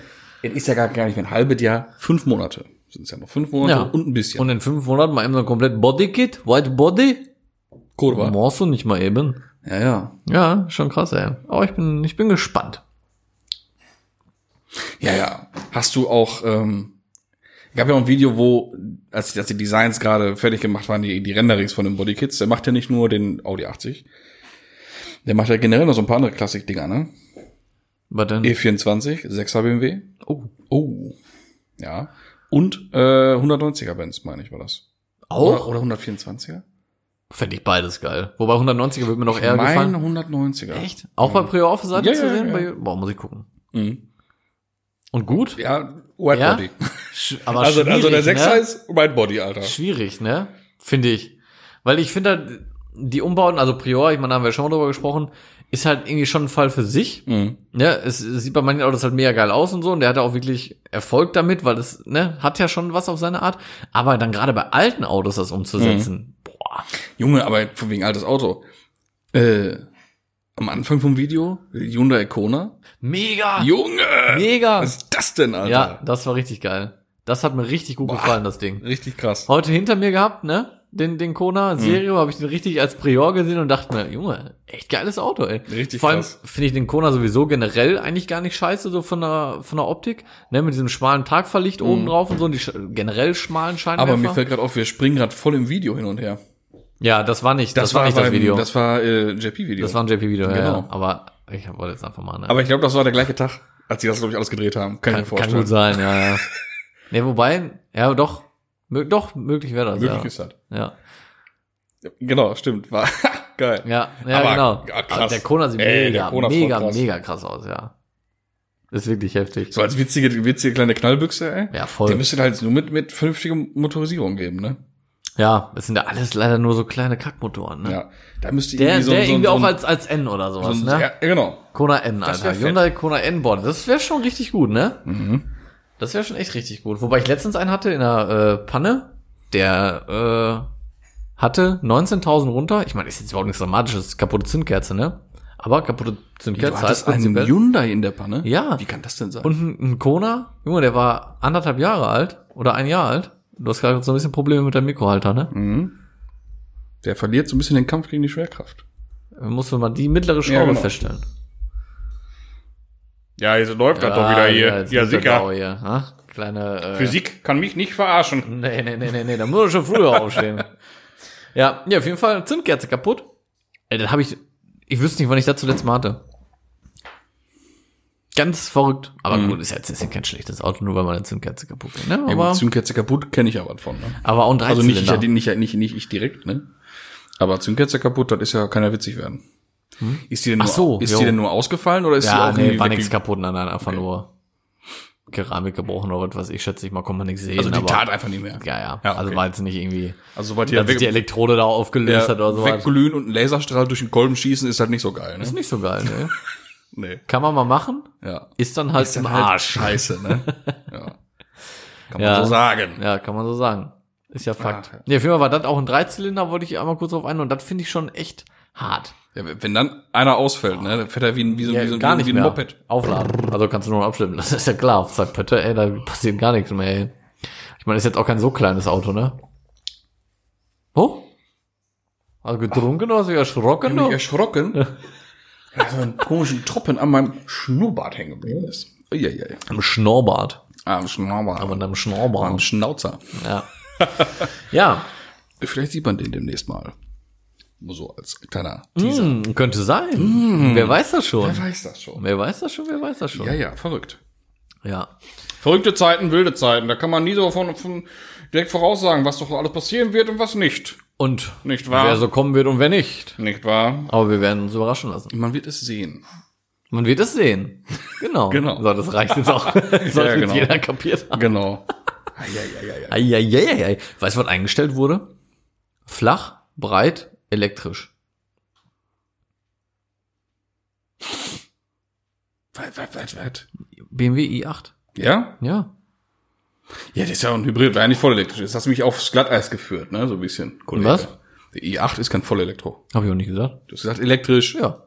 S2: es ist ja gar, gar nicht mehr ein halbes Jahr, fünf Monate. Sind es ja noch fünf Monate
S4: Ja.
S2: und ein bisschen.
S4: Und in fünf Monaten mal eben so ein komplett Bodykit, White Body,
S2: Kurva.
S4: brauchst du nicht mal eben.
S2: Ja, ja.
S4: Ja, schon krass, ey. Aber ich bin, ich bin gespannt.
S2: Ja, ja. Hast du auch, ähm, gab ja auch ein Video, wo, als, als die Designs gerade fertig gemacht waren, die, die Renderings von den Bodykits, der macht ja nicht nur den Audi 80. Der macht ja generell noch so ein paar andere Klassik-Dinger, ne? E
S4: Was denn?
S2: E24, 6er BMW.
S4: Oh.
S2: Oh. Ja. Und äh, 190er Benz, meine ich, war das.
S4: Auch?
S2: Oder, oder 124er?
S4: Fände ich beides geil. Wobei 190er wird mir noch eher
S2: mein
S4: gefallen.
S2: 190er.
S4: Echt? Auch bei Pre-Office-Seite
S2: Ja,
S4: zu
S2: ja,
S4: sehen?
S2: ja.
S4: Bei, boah, muss ich gucken.
S2: Mhm.
S4: Und gut?
S2: Ja, White
S4: Ja?
S2: Body.
S4: Sch- Aber
S2: Also, also der
S4: schwierig,
S2: 6er
S4: ne?
S2: ist White Body, Alter.
S4: Schwierig, ne? Finde ich. Weil ich finde halt, die Umbauten, also Prior, ich meine, da haben wir schon mal drüber gesprochen, ist halt irgendwie schon ein Fall für sich.
S2: Mhm.
S4: Ja, Ne, es, es sieht bei manchen Autos halt mega geil aus und so. Und der hat auch wirklich Erfolg damit, weil es, ne, hat ja schon was auf seine Art. Aber dann gerade bei alten Autos das
S2: Mhm.
S4: umzusetzen, boah.
S2: Junge, aber von wegen altes Auto. Äh, am Anfang vom Video, Hyundai Kona.
S4: Mega!
S2: Junge!
S4: mega!
S2: Was ist das denn, Alter?
S4: Ah. Ja, das war richtig geil. Das hat mir richtig gut gefallen, das Ding.
S2: Richtig krass.
S4: Heute hinter mir gehabt, ne? Den, den Kona
S2: Mhm.
S4: Serio habe ich den richtig als Prior gesehen und dachte mir, Junge, echt geiles Auto, ey.
S2: Richtig
S4: Vor allem
S2: krass.
S4: finde ich den Kona sowieso generell eigentlich gar nicht scheiße, so von der, von der Optik. Ne, mit diesem schmalen Tagverlicht oben drauf und so, und die sch- generell schmalen Scheinwerfer.
S2: Mhm. Aber mir fällt gerade auf, wir springen gerade voll im Video hin und her.
S4: Ja, das war nicht, das, war nicht das
S2: beim-
S4: Video. Das,
S2: Das war äh, JP-Video.
S4: war ein JP-Video, ja,
S2: Genau.
S4: ja. Aber ich wollte jetzt einfach mal, ne?
S2: aber ich glaube, das war der gleiche Tag, als sie das, glaube ich, alles gedreht haben. Kann, ich
S4: kann,
S2: mir
S4: kann
S2: vorstellen.
S4: gut sein, ja, ja. ne, wobei, ja, doch, mö doch, möglich wäre das,
S2: Möglich
S4: ja.
S2: ist das.
S4: ja.
S2: Genau, stimmt. War geil.
S4: Ja, ja
S2: Aber,
S4: genau.
S2: ja, krass.
S4: Aber der Kona sieht
S2: Ey, der
S4: mega,
S2: Kona ist voll
S4: mega,
S2: krass.
S4: mega krass aus, ja. Ist wirklich heftig.
S2: So als witzige, witzige kleine Knallbüchse, ey.
S4: Ja,
S2: Der
S4: voll.
S2: müsste halt nur mit, mit vernünftiger Motorisierung geben, ne?
S4: Ja, es sind ja alles leider nur so kleine Kackmotoren, ne?
S2: Ja. Da müsste
S4: Der,
S2: irgendwie so,
S4: der
S2: so,
S4: irgendwie
S2: so
S4: auch
S2: ein-
S4: als, als N oder
S2: so
S4: sowas,
S2: ein,
S4: ne?
S2: Ja, genau.
S4: Kona N,
S2: Das
S4: Alter.
S2: wär fett.
S4: Hyundai Kona N-Board. Das wäre schon richtig gut, ne? Das wäre schon echt richtig gut. Wobei ich letztens einen hatte in der äh, Panne, der äh, hatte 19.000 runter. Ich meine, ist jetzt überhaupt nichts Dramatisches. Kaputte Zündkerze, ne? Aber kaputte
S2: Du
S4: Zündkerze
S2: hattest
S4: heißt
S2: einen
S4: prinzipiell-
S2: Hyundai in der Panne?
S4: Ja.
S2: Wie kann das denn sein?
S4: Und ein, ein Kona, Junge, der war anderthalb Jahre alt oder ein Jahr alt. Du hast gerade so ein bisschen Probleme mit deinem Mikrohalter, ne?
S3: Mhm.
S2: der verliert so ein bisschen den Kampf gegen die Schwerkraft.
S4: Dann Musst du mal die mittlere Schraube
S2: Ja, genau.
S4: feststellen.
S3: Ja, jetzt läuft das doch wieder hier.
S4: Ah, jetzt
S3: Ja,
S4: liegt er
S3: sicher.
S4: da Hier, ha? Kleine äh,
S3: Physik kann mich nicht verarschen.
S4: Nee, nee, nee, nee, nee, da muss er schon früher aufstehen. Ja, ja, auf jeden Fall Zündkerze kaputt. Ey, das habe ich ich wüsste nicht, wann ich das zuletzt mal hatte. Ganz verrückt. Aber gut, ist ja jetzt ist ja kein schlechtes Auto, nur weil man eine Zündkerze kaputt hat. Ne?
S2: Mhm. Ja,
S4: Aber,
S2: gut, Zündkerze kaputt kenne ich ja was von. Ne?
S4: aber auch ein
S2: Also nicht ich,
S4: Dreizylinder.
S2: nicht, nicht, nicht ich direkt, ne? Aber Zündkerze kaputt, das ist ja keiner witzig werden. Ist die denn,
S4: Hm? Ach
S2: nur,
S4: so,
S2: ist
S4: jo.
S2: die denn nur ausgefallen oder ist
S4: Ja,
S2: die auch
S4: nee,
S2: irgendwie
S4: war
S2: wegge-
S4: nichts kaputt, nein, nein, einfach nur Keramik gebrochen oder was weiß ich, schätze ich mal, konnte man nichts sehen.
S2: Also die
S4: aber,
S2: tat einfach nicht mehr.
S4: Ja, ja,
S2: Ja,
S4: also
S2: okay.
S4: war jetzt nicht irgendwie,
S2: Also sobald die,
S4: dass
S2: ja
S4: sich die
S2: weg,
S4: Elektrode da aufgelöst
S2: ja,
S4: hat oder sowas.
S2: wegglühen und einen Laserstrahl durch den Kolben schießen, ist halt nicht so geil,
S4: Ist
S2: ne?
S4: nicht so geil, ne?
S2: Nee.
S4: Kann man mal machen,
S2: Ja.
S4: ist dann halt
S2: Ist
S4: im
S2: dann halt
S4: Arsch.
S2: Scheiße, ne? ja. Kann man
S4: Ja.
S2: so sagen.
S4: Ja, kann man so sagen. Ist ja Fakt.
S2: Ah, ja.
S4: ja. auf jeden Fall war das auch ein Dreizylinder, wollte ich einmal kurz drauf ein und das finde ich schon echt hart.
S2: Ja, wenn dann einer ausfällt, ne, dann fährt er wie ein, wie so, wie so, wie ein Moped.
S4: Aufladen. Also kannst du nur noch abstimmen. Das ist ja klar. Auf St. Pötte, ey, da passiert gar nichts mehr, ey. Ich meine, ist jetzt auch kein so kleines Auto, ne? Oh? Also getrunken oder hast du dich erschrocken?
S2: Ich bin
S4: du?
S2: mich erschrocken, dass so ein komischen Tropfen an meinem Schnurrbart hängen geblieben ist. Uiuiui.
S4: Am Schnorbart.
S2: Am Schnurrbart.
S4: Aber in deinem
S2: am
S4: Schnorbart.
S2: Schnauzer.
S4: Ja. ja.
S2: Vielleicht sieht man den demnächst mal. Nur so als kleiner Teaser.
S4: Hm, könnte sein. Wer weiß das schon?
S2: Hm. Wer weiß das schon?
S4: Wer weiß das schon? Wer weiß das schon?
S2: Ja, ja, verrückt.
S4: ja.
S3: Verrückte Zeiten, wilde Zeiten. Da kann man nie so von, von direkt voraussagen, was doch alles passieren wird und was nicht.
S4: Und
S3: Nicht wahr?
S4: wer so kommen wird und wer nicht.
S3: Nicht wahr?
S4: Aber wir werden uns überraschen lassen.
S2: Man wird es sehen.
S4: Man wird es sehen. Genau.
S2: Genau.
S4: So, das reicht jetzt auch. Das sollte
S2: genau.
S4: jetzt jeder kapiert haben.
S2: Genau. Eieieiei.
S4: Eieieiei. Weißt du, was eingestellt wurde? Flach, breit, elektrisch.
S2: Weit, weit, weit, weit.
S4: BMW i8.
S2: Ja?
S4: Ja.
S2: Ja, das ist ja auch ein Hybrid, war ja nicht vollelektrisch. Das hast du mich aufs Glatteis geführt, ne? So ein bisschen. Kollege.
S4: Was?
S2: Der i8 ist kein Vollelektro.
S4: Habe ich auch nicht gesagt.
S2: Du hast gesagt elektrisch.
S4: Ja.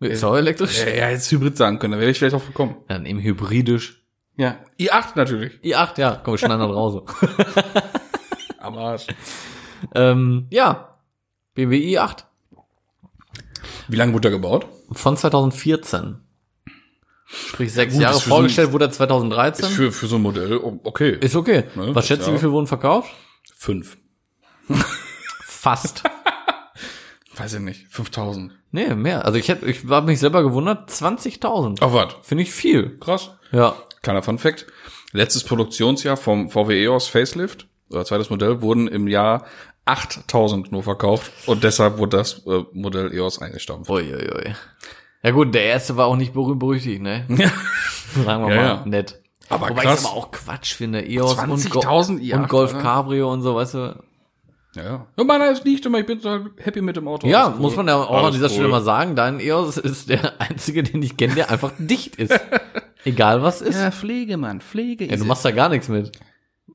S4: Nee, Ist auch elektrisch.
S2: Ja, ja, jetzt Hybrid sagen können, da wäre ich vielleicht auch gekommen.
S4: Dann eben hybridisch.
S2: Ja. I8 natürlich.
S4: i8, ja, komm, wir schneiden dann raus.
S2: Am Arsch.
S4: ähm, ja, BMW i8
S2: Wie lange wurde er gebaut?
S4: von 2014. Sprich, sechs
S2: gut,
S4: Jahre
S2: ist für so ein-
S4: vorgestellt wurde er 2013. Ist,
S2: Für, für so ein Modell, oh, okay.
S4: okay.
S2: Ne,
S4: Was schätzt du,
S2: ja.
S4: wie viel wurden verkauft?
S2: Fünf.
S4: Fast.
S2: Weiß ich nicht. 5000.
S4: nee, mehr. Also ich hätte, ich war mich selber gewundert, 20.000.
S2: Ach, warte.
S4: Finde ich viel.
S2: Krass.
S4: Ja.
S2: Kleiner Fun Fact. Letztes Produktionsjahr vom VW EOS Facelift, oder zweites Modell, wurden im Jahr 8000 nur verkauft und deshalb wurde das äh, Modell EOS eingestampft.
S4: Uiuiui. Ja gut, der erste war auch nicht berühmt berüchtigt, ne? Ja. Sagen wir
S2: Ja,
S4: mal,
S2: ja.
S4: nett.
S2: Aber
S4: Wobei
S2: krass.
S4: ich aber auch Quatsch finde. EOS und, Go
S2: 20.000 i8,
S4: und Golf
S2: oder?
S4: Cabrio und so, weißt du.
S2: Ja, ja. Nur meiner ist nicht, aber ich bin total happy mit dem Auto.
S4: Ja,
S2: Alles cool.
S4: muss man ja auch an
S2: Alles
S4: dieser
S2: cool.
S4: Stelle mal sagen, dein EOS ist der einzige, den ich kenne, der einfach dicht ist. Egal was ist. Ja,
S2: Ja, Pflege, Mann, Pflege.
S4: du machst da gar nichts mit.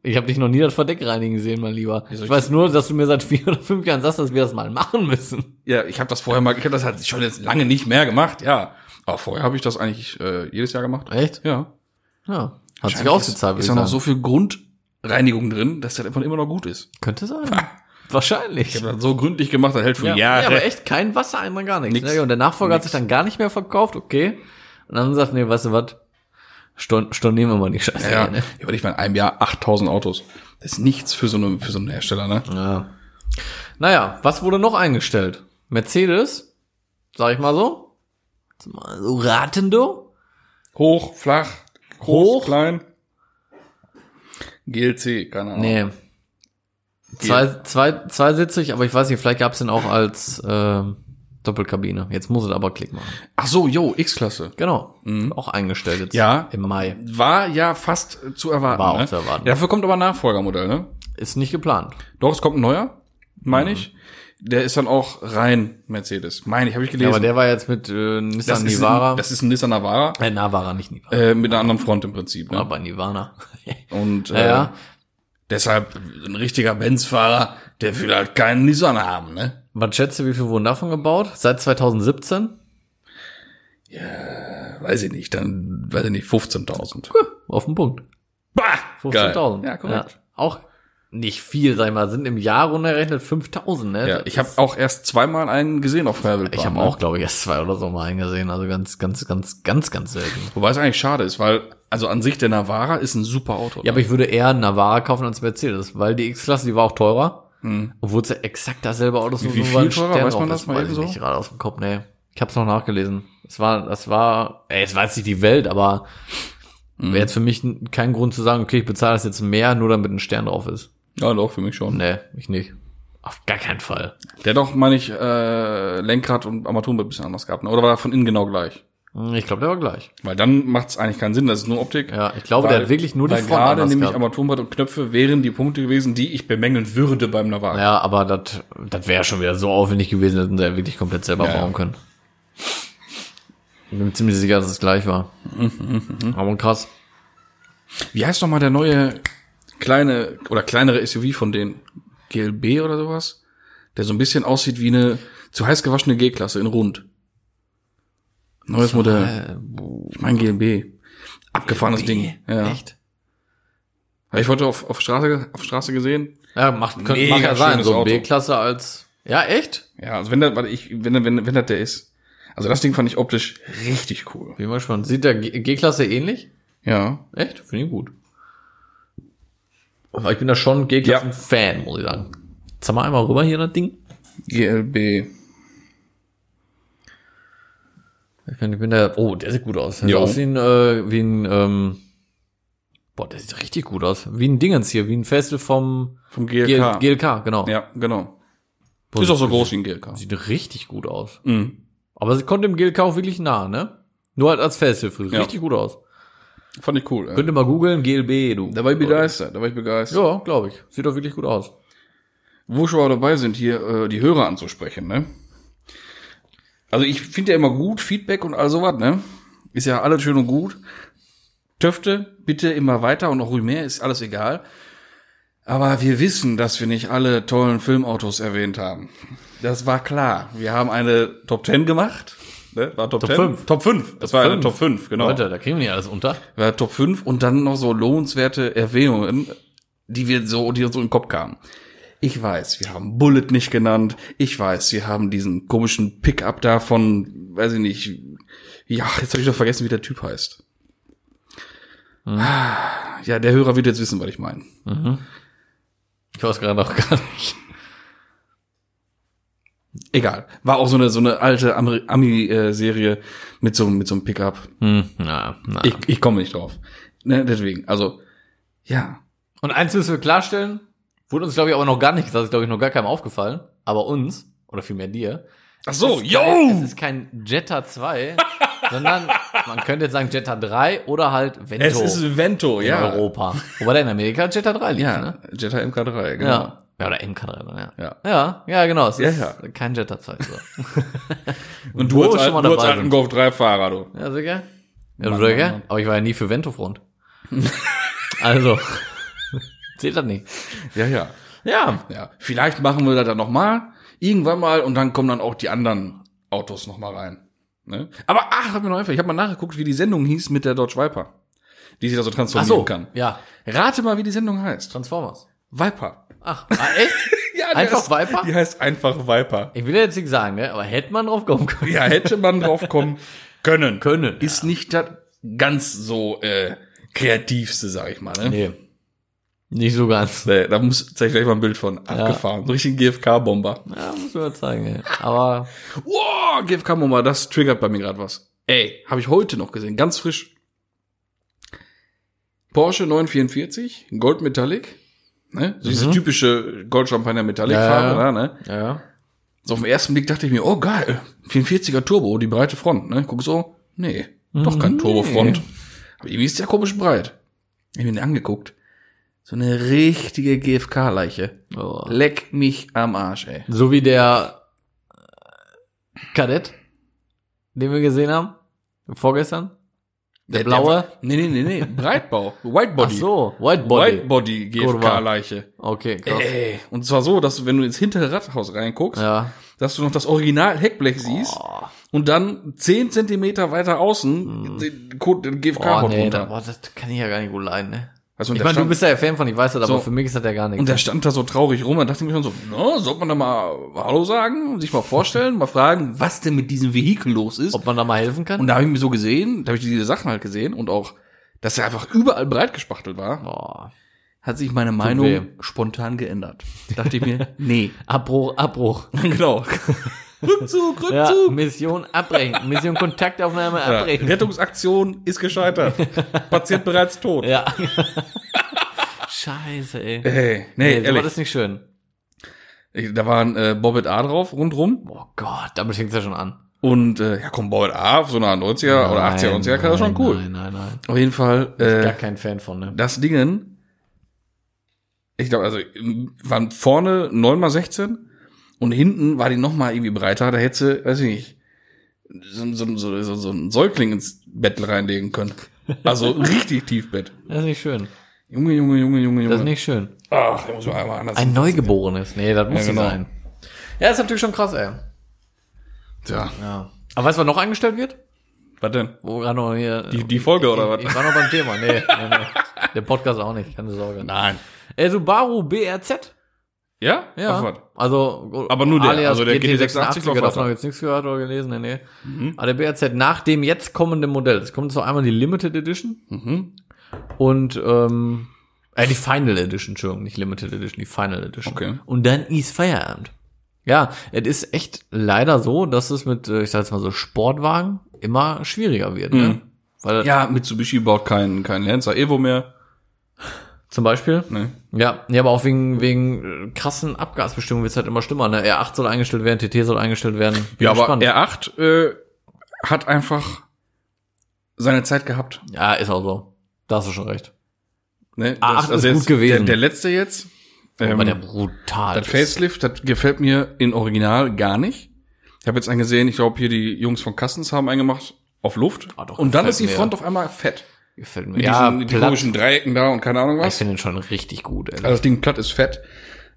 S4: Ich habe dich noch nie das Verdeck reinigen sehen, mein Lieber. Ich weiß nur, dass du mir seit vier oder fünf Jahren sagst, dass wir das mal machen müssen.
S2: ja, ich habe das vorher mal, ich habe das halt schon jetzt lange nicht mehr gemacht, ja. Aber vorher habe ich das eigentlich äh, jedes Jahr gemacht.
S4: Echt?
S2: Ja.
S4: Ja. Hat sich
S2: Wahrscheinlich
S4: ausgezahlt,
S2: Ist,
S4: würde
S2: ist
S4: ich
S2: ja noch
S4: sagen.
S2: so viel Grundreinigung drin, dass das einfach immer noch gut ist.
S4: Könnte sein. Wahrscheinlich.
S2: Ich habe das so gründlich gemacht, das hält für
S4: Ja,
S2: Jahre.
S4: ja, aber echt kein Wassereimer, gar nichts.
S2: Nix.
S4: Ne? Und der Nachfolger hat sich dann gar nicht mehr verkauft, okay. Und dann sagt, nee, weißt du was, Storn- stornieren wir mal die Scheiße.
S2: Ja,
S4: hier, ne?
S2: überleg mal, in einem Jahr 8000 Autos. Das ist nichts für so, eine, für so einen Hersteller, ne?
S4: ja. Naja, was wurde noch eingestellt? Mercedes, sag ich mal so. Jetzt mal So Ratendo.
S2: Hoch, flach, groß,
S4: Hoch?
S2: klein. GLC, keine Ahnung.
S4: Oh. Nee. Zwei, zwei, zweisitzig, aber ich weiß nicht, vielleicht gab's den auch als ähm, Doppelkabine. Jetzt muss es aber Klick machen.
S2: Ach so, yo, X-Klasse.
S4: Genau. Auch eingestellt jetzt.
S2: Ja.
S4: Im Mai.
S2: War ja fast äh, zu erwarten.
S4: War auch
S2: ne?
S4: zu erwarten.
S2: Dafür kommt aber ein Nachfolgermodell, ne?
S4: Ist nicht geplant.
S2: Doch, es kommt ein neuer,
S4: Mhm.
S2: meine ich. Der ist dann auch rein Mercedes. Meine ich, habe ich gelesen.
S4: Ja, aber der war jetzt mit
S2: das,
S4: äh, Nissan
S2: ist
S4: Nivara.
S2: Ein, das ist ein Nissan Navara
S4: Äh, Navara, nicht Nivara.
S2: äh, mit einer anderen Front im Prinzip. Ne?
S4: Aber Nirvana.
S2: Und äh,
S4: Ja, ja.
S2: deshalb ein richtiger Benz-Fahrer, der will halt keinen Nissan haben, ne?
S4: Was schätzt du, wie viel wurden davon gebaut? Seit 2017?
S2: Weiß ich nicht, dann, weiß ich nicht, 15.000.
S4: Auf den Punkt.
S2: Bah!
S4: 15.000.
S2: Ja, korrekt.
S4: Auch nicht viel, sag ich mal, sind im Jahr runtergerechnet 5.000, ne?
S2: Ja,
S4: Das
S2: ich habe
S4: ist-
S2: auch erst zweimal einen gesehen auf freier Wildbahn,
S4: ich habe
S2: ne?
S4: auch, glaube ich, erst zwei oder so mal eingesehen. Also ganz, ganz, ganz, ganz, ganz selten.
S2: Wobei es eigentlich schade ist, weil, also an sich der Navara ist ein super Auto. ne?
S4: Ja, aber ich würde eher einen Navara kaufen als Mercedes, weil die X-Klasse, die war auch teurer.
S2: Hm.
S4: Obwohl es ja exakt dasselbe Auto ist.
S2: Wie- wie
S4: nur
S2: viel
S4: weil ein
S2: teurer?
S4: Stern
S2: Weiß man
S4: drauf
S2: das
S4: ist.
S2: mal
S4: Weiß
S2: eben
S4: ich
S2: so?
S4: nicht gerade aus dem Kopf, nee. Ich hab's noch nachgelesen. Es war, das war, ey, es war jetzt nicht die Welt, aber wäre jetzt für mich n- kein Grund zu sagen, okay, ich bezahle das jetzt mehr, nur damit ein Stern drauf ist.
S2: ja doch, für mich schon.
S4: Nee, ich nicht. Auf gar keinen Fall.
S2: Der hat doch, meine ich, äh, Lenkrad und Armaturen ein bisschen anders gehabt, ne? Oder war er von innen genau gleich?
S4: Hm, Ich glaube, der war gleich.
S2: Weil dann macht es eigentlich keinen Sinn, das ist nur Optik.
S4: Ja, ich glaube, der hat wirklich nur die
S2: weil
S4: Front
S2: gerade
S4: anders
S2: nämlich
S4: gehabt.
S2: Armaturenbrett und Knöpfe wären die Punkte gewesen, die ich bemängeln würde beim Navara.
S4: Ja, aber das, das wäre schon wieder so aufwendig gewesen, dass wir wirklich komplett selber
S2: Ja, ja.
S4: bauen können. Ich bin mir ziemlich sicher, dass es gleich war. aber krass.
S2: Wie heißt nochmal der neue kleine oder kleinere SUV von denen? GLB oder sowas? Der so ein bisschen aussieht wie eine zu heiß gewaschene G-Klasse in rund. Neues Modell.
S4: Äh, boah,
S2: Ich mein GLB. Abgefahrenes Ding. Ja.
S4: Echt?
S2: Habe ich heute auf, auf Straße auf Straße gesehen.
S4: Ja, macht, könnte,
S2: Mega
S4: mag ja sein,
S2: schönes
S4: so
S2: Auto.
S4: B-Klasse als. Ja, echt?
S2: Ja, also wenn der, warte, ich, wenn der, wenn, wenn das der ist. Also das Ding fand ich optisch richtig cool.
S4: Bin mal gespannt. Sieht der G- G-Klasse ähnlich?
S2: Ja.
S4: Echt? Finde ich gut. Aber ich bin da schon G-Klassen-Fan, muss ich sagen. Jetzt haben wir einmal rüber hier das Ding.
S2: GLB.
S4: Ich bin, ich bin der. Oh, der sieht gut aus. Der
S2: Jo.
S4: sieht aus wie ein, äh, wie ein ähm, Boah, der sieht richtig gut aus. Wie ein Dingens hier, wie ein Festival vom
S2: Vom
S4: GL,
S2: GLK.
S4: GLK, genau.
S2: Ja, genau.
S4: Boah,
S2: ist auch so
S4: sieht-
S2: groß wie ein GLK.
S4: Sieht richtig gut aus.
S2: Mhm.
S4: Aber sie kommt dem GLK auch wirklich nah, ne? Nur halt als Festival. Sieht
S2: Ja.
S4: richtig gut aus.
S2: Fand ich cool. Ja.
S4: Könnt ihr mal googeln, GLB, du.
S2: Da war ich begeistert, da war ich begeistert.
S4: Ja, glaube ich. Sieht doch wirklich gut aus.
S2: wo schon mal dabei sind, hier äh, die Hörer anzusprechen, ne? Also ich finde ja immer gut, Feedback und all sowas, ne? Ist ja alles schön und gut. Töfte, bitte immer weiter und auch ruhig mehr, ist alles egal. Aber wir wissen, dass wir nicht alle tollen Filmautos erwähnt haben. Das war klar. Wir haben eine Top 10 gemacht Ne? War Top,
S4: Top
S2: 10?
S4: fünf.
S2: Top 5. Das war eine
S4: fünf.
S2: Top 5, genau.
S4: Leute, da kriegen wir nicht alles unter.
S2: War Top 5 und dann noch so lohnenswerte Erwähnungen, die wir so, die uns so in den Kopf kamen. Ich weiß, wir haben Bullet nicht genannt. Ich weiß, wir haben diesen komischen Pickup da von, weiß ich nicht. Ja, jetzt habe ich doch vergessen, wie der Typ heißt. Hm. Ah, Ja, der Hörer wird jetzt wissen, was ich meine.
S4: Ich weiß gerade auch gar nicht.
S2: Egal. War auch so eine, so eine alte Ameri- Ami-Serie mit so, mit so einem Pickup.
S4: Hm, na, na.
S2: Ich, ich komme nicht drauf. Ne, deswegen, also, ja.
S4: Und eins müssen wir klarstellen, wurde uns, glaube ich, aber noch gar nicht, das ist, glaube ich, noch gar keinem aufgefallen, aber uns, oder vielmehr dir,
S2: Ach so,
S4: es ist kein Jetta 2, sondern man könnte jetzt sagen Jetta 3 oder halt Vento
S2: Es ist Vento,
S4: in
S2: ja.
S4: Europa. Wobei der in Amerika Jetta 3 liegt,
S2: Ja,
S4: ne?
S2: Jetta MK3, genau.
S4: Ja. ja, oder MK3, dann, ja.
S2: Ja.
S4: ja. Ja, genau, es
S2: Ja,
S4: ist
S2: ja.
S4: kein Jetta 2. So.
S2: Und
S4: Wo
S2: du als,
S4: schon
S2: alten-
S4: mal
S2: du als
S4: dabei
S2: alten
S4: sind.
S2: Golf 3 Fahrer, du.
S4: Ja, sicher. Ja,
S2: Mann,
S4: sicher.
S2: Mann, Mann.
S4: Aber ich war ja nie für Vento-Front. also, zählt das nicht.
S2: Ja, ja.
S4: Ja,
S2: Ja, vielleicht machen wir das dann nochmal, irgendwann mal, und dann kommen dann auch die anderen Autos nochmal rein. Ne? Aber ach, hat mir noch einfach, ich habe mal nachgeguckt, wie die Sendung hieß mit der Dodge Viper, die sich da so
S4: ach
S2: transformieren
S4: so,
S2: kann.
S4: ja,
S2: Rate mal, wie die Sendung heißt.
S4: Transformers.
S2: Viper.
S4: Ach, ah, echt?
S2: Ja, die
S4: Einfach
S2: heißt-
S4: Viper?
S2: Die heißt einfach Viper.
S4: Ich will jetzt nicht sagen, ne? aber hätte man drauf kommen können.
S2: Ja, hätte man drauf kommen können.
S4: Können,
S2: Ist nicht das ganz so äh, kreativste, sag ich mal. Ne?
S4: Nee. Nicht so ganz.
S2: Nee, da muss zeig ich gleich mal ein Bild von. Abgefahren. So richtig ein GFK-Bomber.
S4: Ja, muss man zeigen, ey. Aber
S2: Wow, GFK-Bomber, das triggert bei mir gerade was. Ey, habe ich heute noch gesehen, ganz frisch. Porsche 944, Gold Metallic. Ne? So diese typische Gold-Champagner Metallic-Farbe
S4: Mhm. Ja,
S2: da,
S4: ja.
S2: ne?
S4: ja.
S2: So auf den ersten Blick dachte ich mir, oh geil, 44er Turbo, die breite Front, ne? Guck so, nee,
S4: Mhm.
S2: doch kein Turbofront. Aber irgendwie ist der komisch breit. Ich bin angeguckt. So eine richtige GFK-Leiche.
S4: Oh.
S2: Leck mich am Arsch, ey.
S4: So wie der äh, Kadett, den wir gesehen haben, vorgestern.
S2: Der,
S4: blaue?
S2: war- nee, nee, nee, nee. Breitbau. Whitebody.
S4: Ach so, White Body.
S2: Whitebody GFK-Leiche.
S4: Okay, krass.
S2: Ey. Und zwar so, dass du, wenn du ins hintere Radhaus reinguckst,
S4: Ja. Oh.
S2: dass du noch das Original-Heckblech siehst und dann 10 Zentimeter weiter außen den, Code- den GFK
S4: Hm. Oh,
S2: haut
S4: nee, da,
S2: runter.
S4: boah, das kann ich ja gar nicht gut leiden, ne?
S2: Also, und
S4: Ich
S2: der
S4: meine, du
S2: stand-
S4: bist ja Fan von, ich weiß das,
S2: So.
S4: aber für mich ist das ja gar nichts.
S2: Und der stand da so traurig rum, dann dachte ich mir schon so, na, sollte man da mal Hallo sagen, sich mal vorstellen, mal fragen, was denn mit diesem Vehikel los ist.
S4: Ob man da mal helfen kann?
S2: Und da habe ich mir so gesehen, da habe ich diese Sachen halt gesehen und auch, dass er einfach überall breit gespachtelt war,
S4: Boah.
S2: hat sich meine
S4: weh.
S2: Meinung spontan geändert. Dachte ich mir, nee.
S4: Abbruch, Abbruch.
S2: genau. Rückzug, Rückzug.
S4: Ja, Mission abbrechen. Mission Kontaktaufnahme
S2: Ja,
S4: abbrechen.
S2: Rettungsaktion ist gescheitert. Patient bereits tot.
S4: Ja. Scheiße, ey.
S2: Hey, Äh, nee,
S4: Nee, sowas
S2: ehrlich.
S4: ist nicht schön.
S2: Ich- Da war ein äh, Bobbit A drauf, rundrum.
S4: Oh Gott, damit fängt's ja schon an.
S2: Und äh, ja komm, Bobbit A auf so einer 90er oder 80er, 90er, das ist schon cool.
S4: Nein, nein, nein.
S2: Auf jeden Fall,
S4: Gar
S2: äh,
S4: kein Fan von, ne?
S2: das Dingen, ich glaube, also ähm, waren vorne 9x16 und hinten war die nochmal irgendwie breiter, da hätte sie, weiß ich nicht, so, so, so, so, so ein Säugling ins Bett reinlegen können. Also richtig Tiefbett.
S4: Das ist nicht schön.
S2: Junge, Junge, Junge, Junge, Junge.
S4: Das ist nicht schön.
S2: Ach, da muss man einmal anders.
S4: Ein Neugeborenes. Nee, das muss
S2: genau. Ja,
S4: nicht
S2: genau.
S4: sein. Ja, ist natürlich schon krass, ey.
S2: Tja.
S4: Ja. Aber weißt du, was noch angestellt wird?
S2: Was denn?
S4: Wo wir gerade noch hier.
S2: Die, die Folge oder
S4: ich,
S2: was?
S4: ich war noch beim Thema. Nee, nee, nee. Der Podcast auch nicht, keine Sorge.
S2: Nein.
S4: Ey, Subaru BRZ.
S2: Ja?
S4: Ja.
S2: Ach, was?
S4: also
S2: Aber nur der,
S4: alias
S2: also der
S4: GT86,
S2: GT86
S4: davon
S2: läuft Mhm.
S4: habe ich jetzt nichts gehört oder gelesen, nee, nee. Aber der BRZ nach dem jetzt kommenden Modell. Es kommt so einmal die Limited Edition
S2: Mhm.
S4: und ähm, äh, die Final Edition, Entschuldigung, nicht Limited Edition, die Final Edition.
S2: Okay.
S4: Und dann ist Feierabend. Ja, es ist echt leider so, dass es mit, äh, ich sag jetzt mal so, Sportwagen immer schwieriger wird.
S2: Mhm.
S4: Ne? Weil
S2: Ja, Mitsubishi baut keinen keinen Lancer Evo mehr.
S4: zum Beispiel,
S2: Ne?
S4: Ja, ja, aber auch wegen, wegen äh, krassen Abgasbestimmungen wird's halt immer schlimmer. Ne? R8 soll eingestellt werden, TT soll eingestellt werden. Bin
S2: Ja, aber
S4: gespannt.
S2: R8 äh, hat einfach seine Zeit gehabt.
S4: ja, ist auch so. Da hast du schon recht.
S2: Ne?
S4: R8 Ah, ist
S2: jetzt,
S4: gut gewesen. Oh,
S2: Der, der letzte jetzt,
S4: aber der
S2: ähm,
S4: brutal.
S2: das
S4: ist.
S2: Facelift, das gefällt mir in Original gar nicht. Ich habe jetzt einen gesehen, ich glaube hier die Jungs von Kastens haben einen gemacht auf Luft.
S4: Ah, doch,
S2: und dann
S4: gefällt
S2: ist die
S4: mir.
S2: Front auf einmal fett.
S4: Gefällt mir.
S2: Mit
S4: Ja,
S2: diesen die
S4: platt.
S2: komischen Dreiecken da und keine Ahnung
S4: ich
S2: was.
S4: finde den schon richtig gut. Ey.
S2: Also das Ding platt ist fett.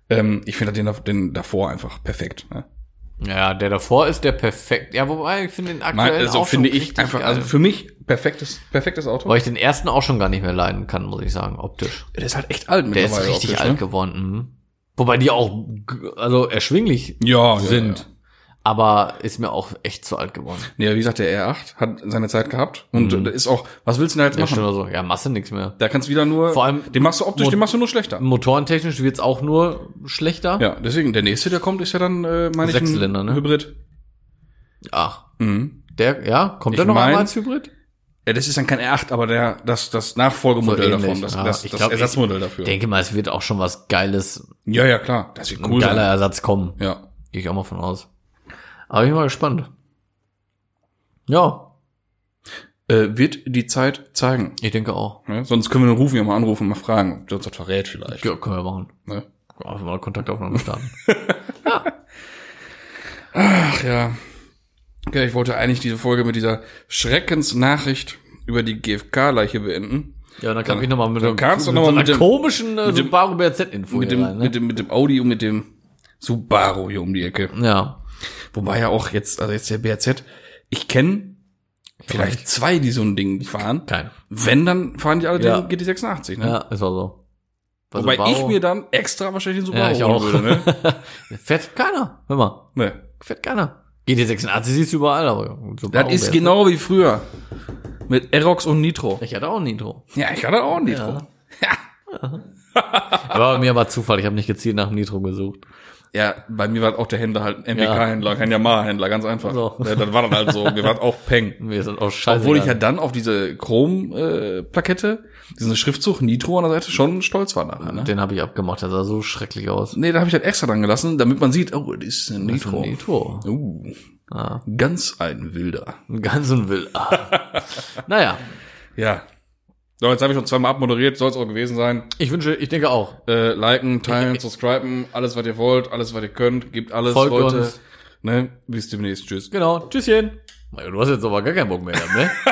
S2: Ähm, ich finde den, da- den davor einfach perfekt. Ne?
S4: Ja, der davor ist der perfekt. Ja, wobei, ich finde den
S2: Nein,
S4: aktuellen
S2: also
S4: auch
S2: finde
S4: schon
S2: ich
S4: richtig
S2: einfach,
S4: geil.
S2: also für mich perfektes, perfektes Auto.
S4: Weil ich den ersten auch schon gar nicht mehr leiden kann, muss ich sagen, optisch.
S2: Der ist halt echt alt
S4: Der ist richtig
S2: optisch,
S4: alt
S2: ne?
S4: geworden. Mhm. Wobei die auch g- also erschwinglich
S2: Ja,
S4: sind.
S2: sind. Ja, ja.
S4: Aber ist mir auch echt zu alt geworden.
S2: Nee, wie gesagt, der R8 hat seine Zeit gehabt und
S4: Mhm.
S2: äh, ist auch, was willst du denn da jetzt
S4: Ja,
S2: machen?
S4: stimmt also. ja Masse nichts mehr.
S2: Da kannst du wieder nur,
S4: Vor allem-
S2: den machst du optisch,
S4: Mod-
S2: den machst du nur schlechter.
S4: Motorentechnisch wird's auch nur schlechter.
S2: Ja, deswegen, der nächste, der kommt, ist ja dann, äh, meine ich,
S4: Sechszylinder, ne?
S2: Hybrid.
S4: Ach,
S2: Mhm.
S4: der, ja, kommt
S2: Ich
S4: der noch
S2: mein-
S4: einmal als Hybrid?
S2: Ja, das ist dann kein R8, aber der, das, das Nachfolgemodell
S4: So ähnlich,
S2: davon, das,
S4: ja.
S2: das,
S4: Ich
S2: das
S4: glaub, ich-
S2: Ersatzmodell dafür.
S4: Ich denke mal, es wird auch schon was Geiles,
S2: ja, ja, klar, das wird
S4: ein
S2: cool
S4: geiler
S2: sein.
S4: Ersatz kommen.
S2: Ja.
S4: Gehe ich auch mal von aus. Aber ich bin mal gespannt. Ja,
S2: Äh, wird die Zeit zeigen.
S4: ich denke auch.
S2: Ne? Sonst können wir den Rufi ja mal anrufen, und mal fragen, ob der uns das verrät vielleicht.
S4: Ja, können wir machen.
S2: Ne?
S4: Einfach mal Kontaktaufnahme starten.
S2: Ach ja. Okay, ich wollte eigentlich diese Folge mit dieser Schreckensnachricht über die GfK-Leiche beenden.
S4: ja, dann kam ich nochmal mit,
S2: dann
S4: einem-
S2: kamst du
S4: mit
S2: noch
S4: so
S2: mal mit
S4: einer
S2: dem-
S4: komischen äh,
S2: mit dem-
S4: Subaru BRZ-Info
S2: mit, dem,
S4: rein. Ne?
S2: mit, dem, mit dem Audi und mit dem Subaru hier um die Ecke.
S4: ja,
S2: Wobei ja auch jetzt, also jetzt der BRZ, ich kenne vielleicht zwei, die so ein Ding fahren.
S4: kein.
S2: Wenn, dann fahren die alle
S4: Ja.
S2: den GT86, ne?
S4: Ja, ist auch so. Bei
S2: Wobei
S4: Subaru-
S2: ich mir dann extra wahrscheinlich den
S4: ja,
S2: Subaru
S4: ich auch.
S2: holen würde, ne?
S4: Fährt keiner. Hör mal,
S2: ne.
S4: fährt keiner. GT86 siehst du überall, aber Subaru
S2: Das ist
S4: BRZ.
S2: genau wie früher. Mit Aerox und Nitro.
S4: Ich hatte auch ein Nitro.
S2: Ja, ich hatte auch ein Nitro.
S4: Aber mir war Zufall, ich habe nicht gezielt nach dem Nitro gesucht.
S2: Ja, bei mir war auch der Händler halt ein MBK-Händler, kein Yamaha-Händler, ganz einfach.
S4: So.
S2: Ja, das war dann halt so. Mir war das auch Peng.
S4: Mir ist das auch scheiße.
S2: Obwohl ich ja dann auf diese Chrom-Plakette, diesen Schriftzug Nitro an der Seite schon stolz war nachher. Ne?
S4: den habe ich abgemacht, der sah so schrecklich aus.
S2: Nee, da habe ich halt extra dran gelassen, damit man sieht, oh, das ist ein
S4: Das ist ein
S2: Nitro.
S4: Nitro. Ah.
S2: Uh, ganz ein Wilder.
S4: Ein Ganz und wild. Ah. naja,
S2: Ja. So, jetzt habe ich schon zweimal abmoderiert, soll es auch gewesen sein.
S4: ich wünsche, ich denke auch.
S2: Äh, liken, teilen, subscriben, alles, was ihr wollt, alles, was ihr könnt, gebt alles,
S4: Folgt
S2: Leute.
S4: uns.
S2: Ne? Bis demnächst, tschüss.
S4: Genau, tschüsschen. Du hast jetzt aber gar keinen Bock mehr, ne?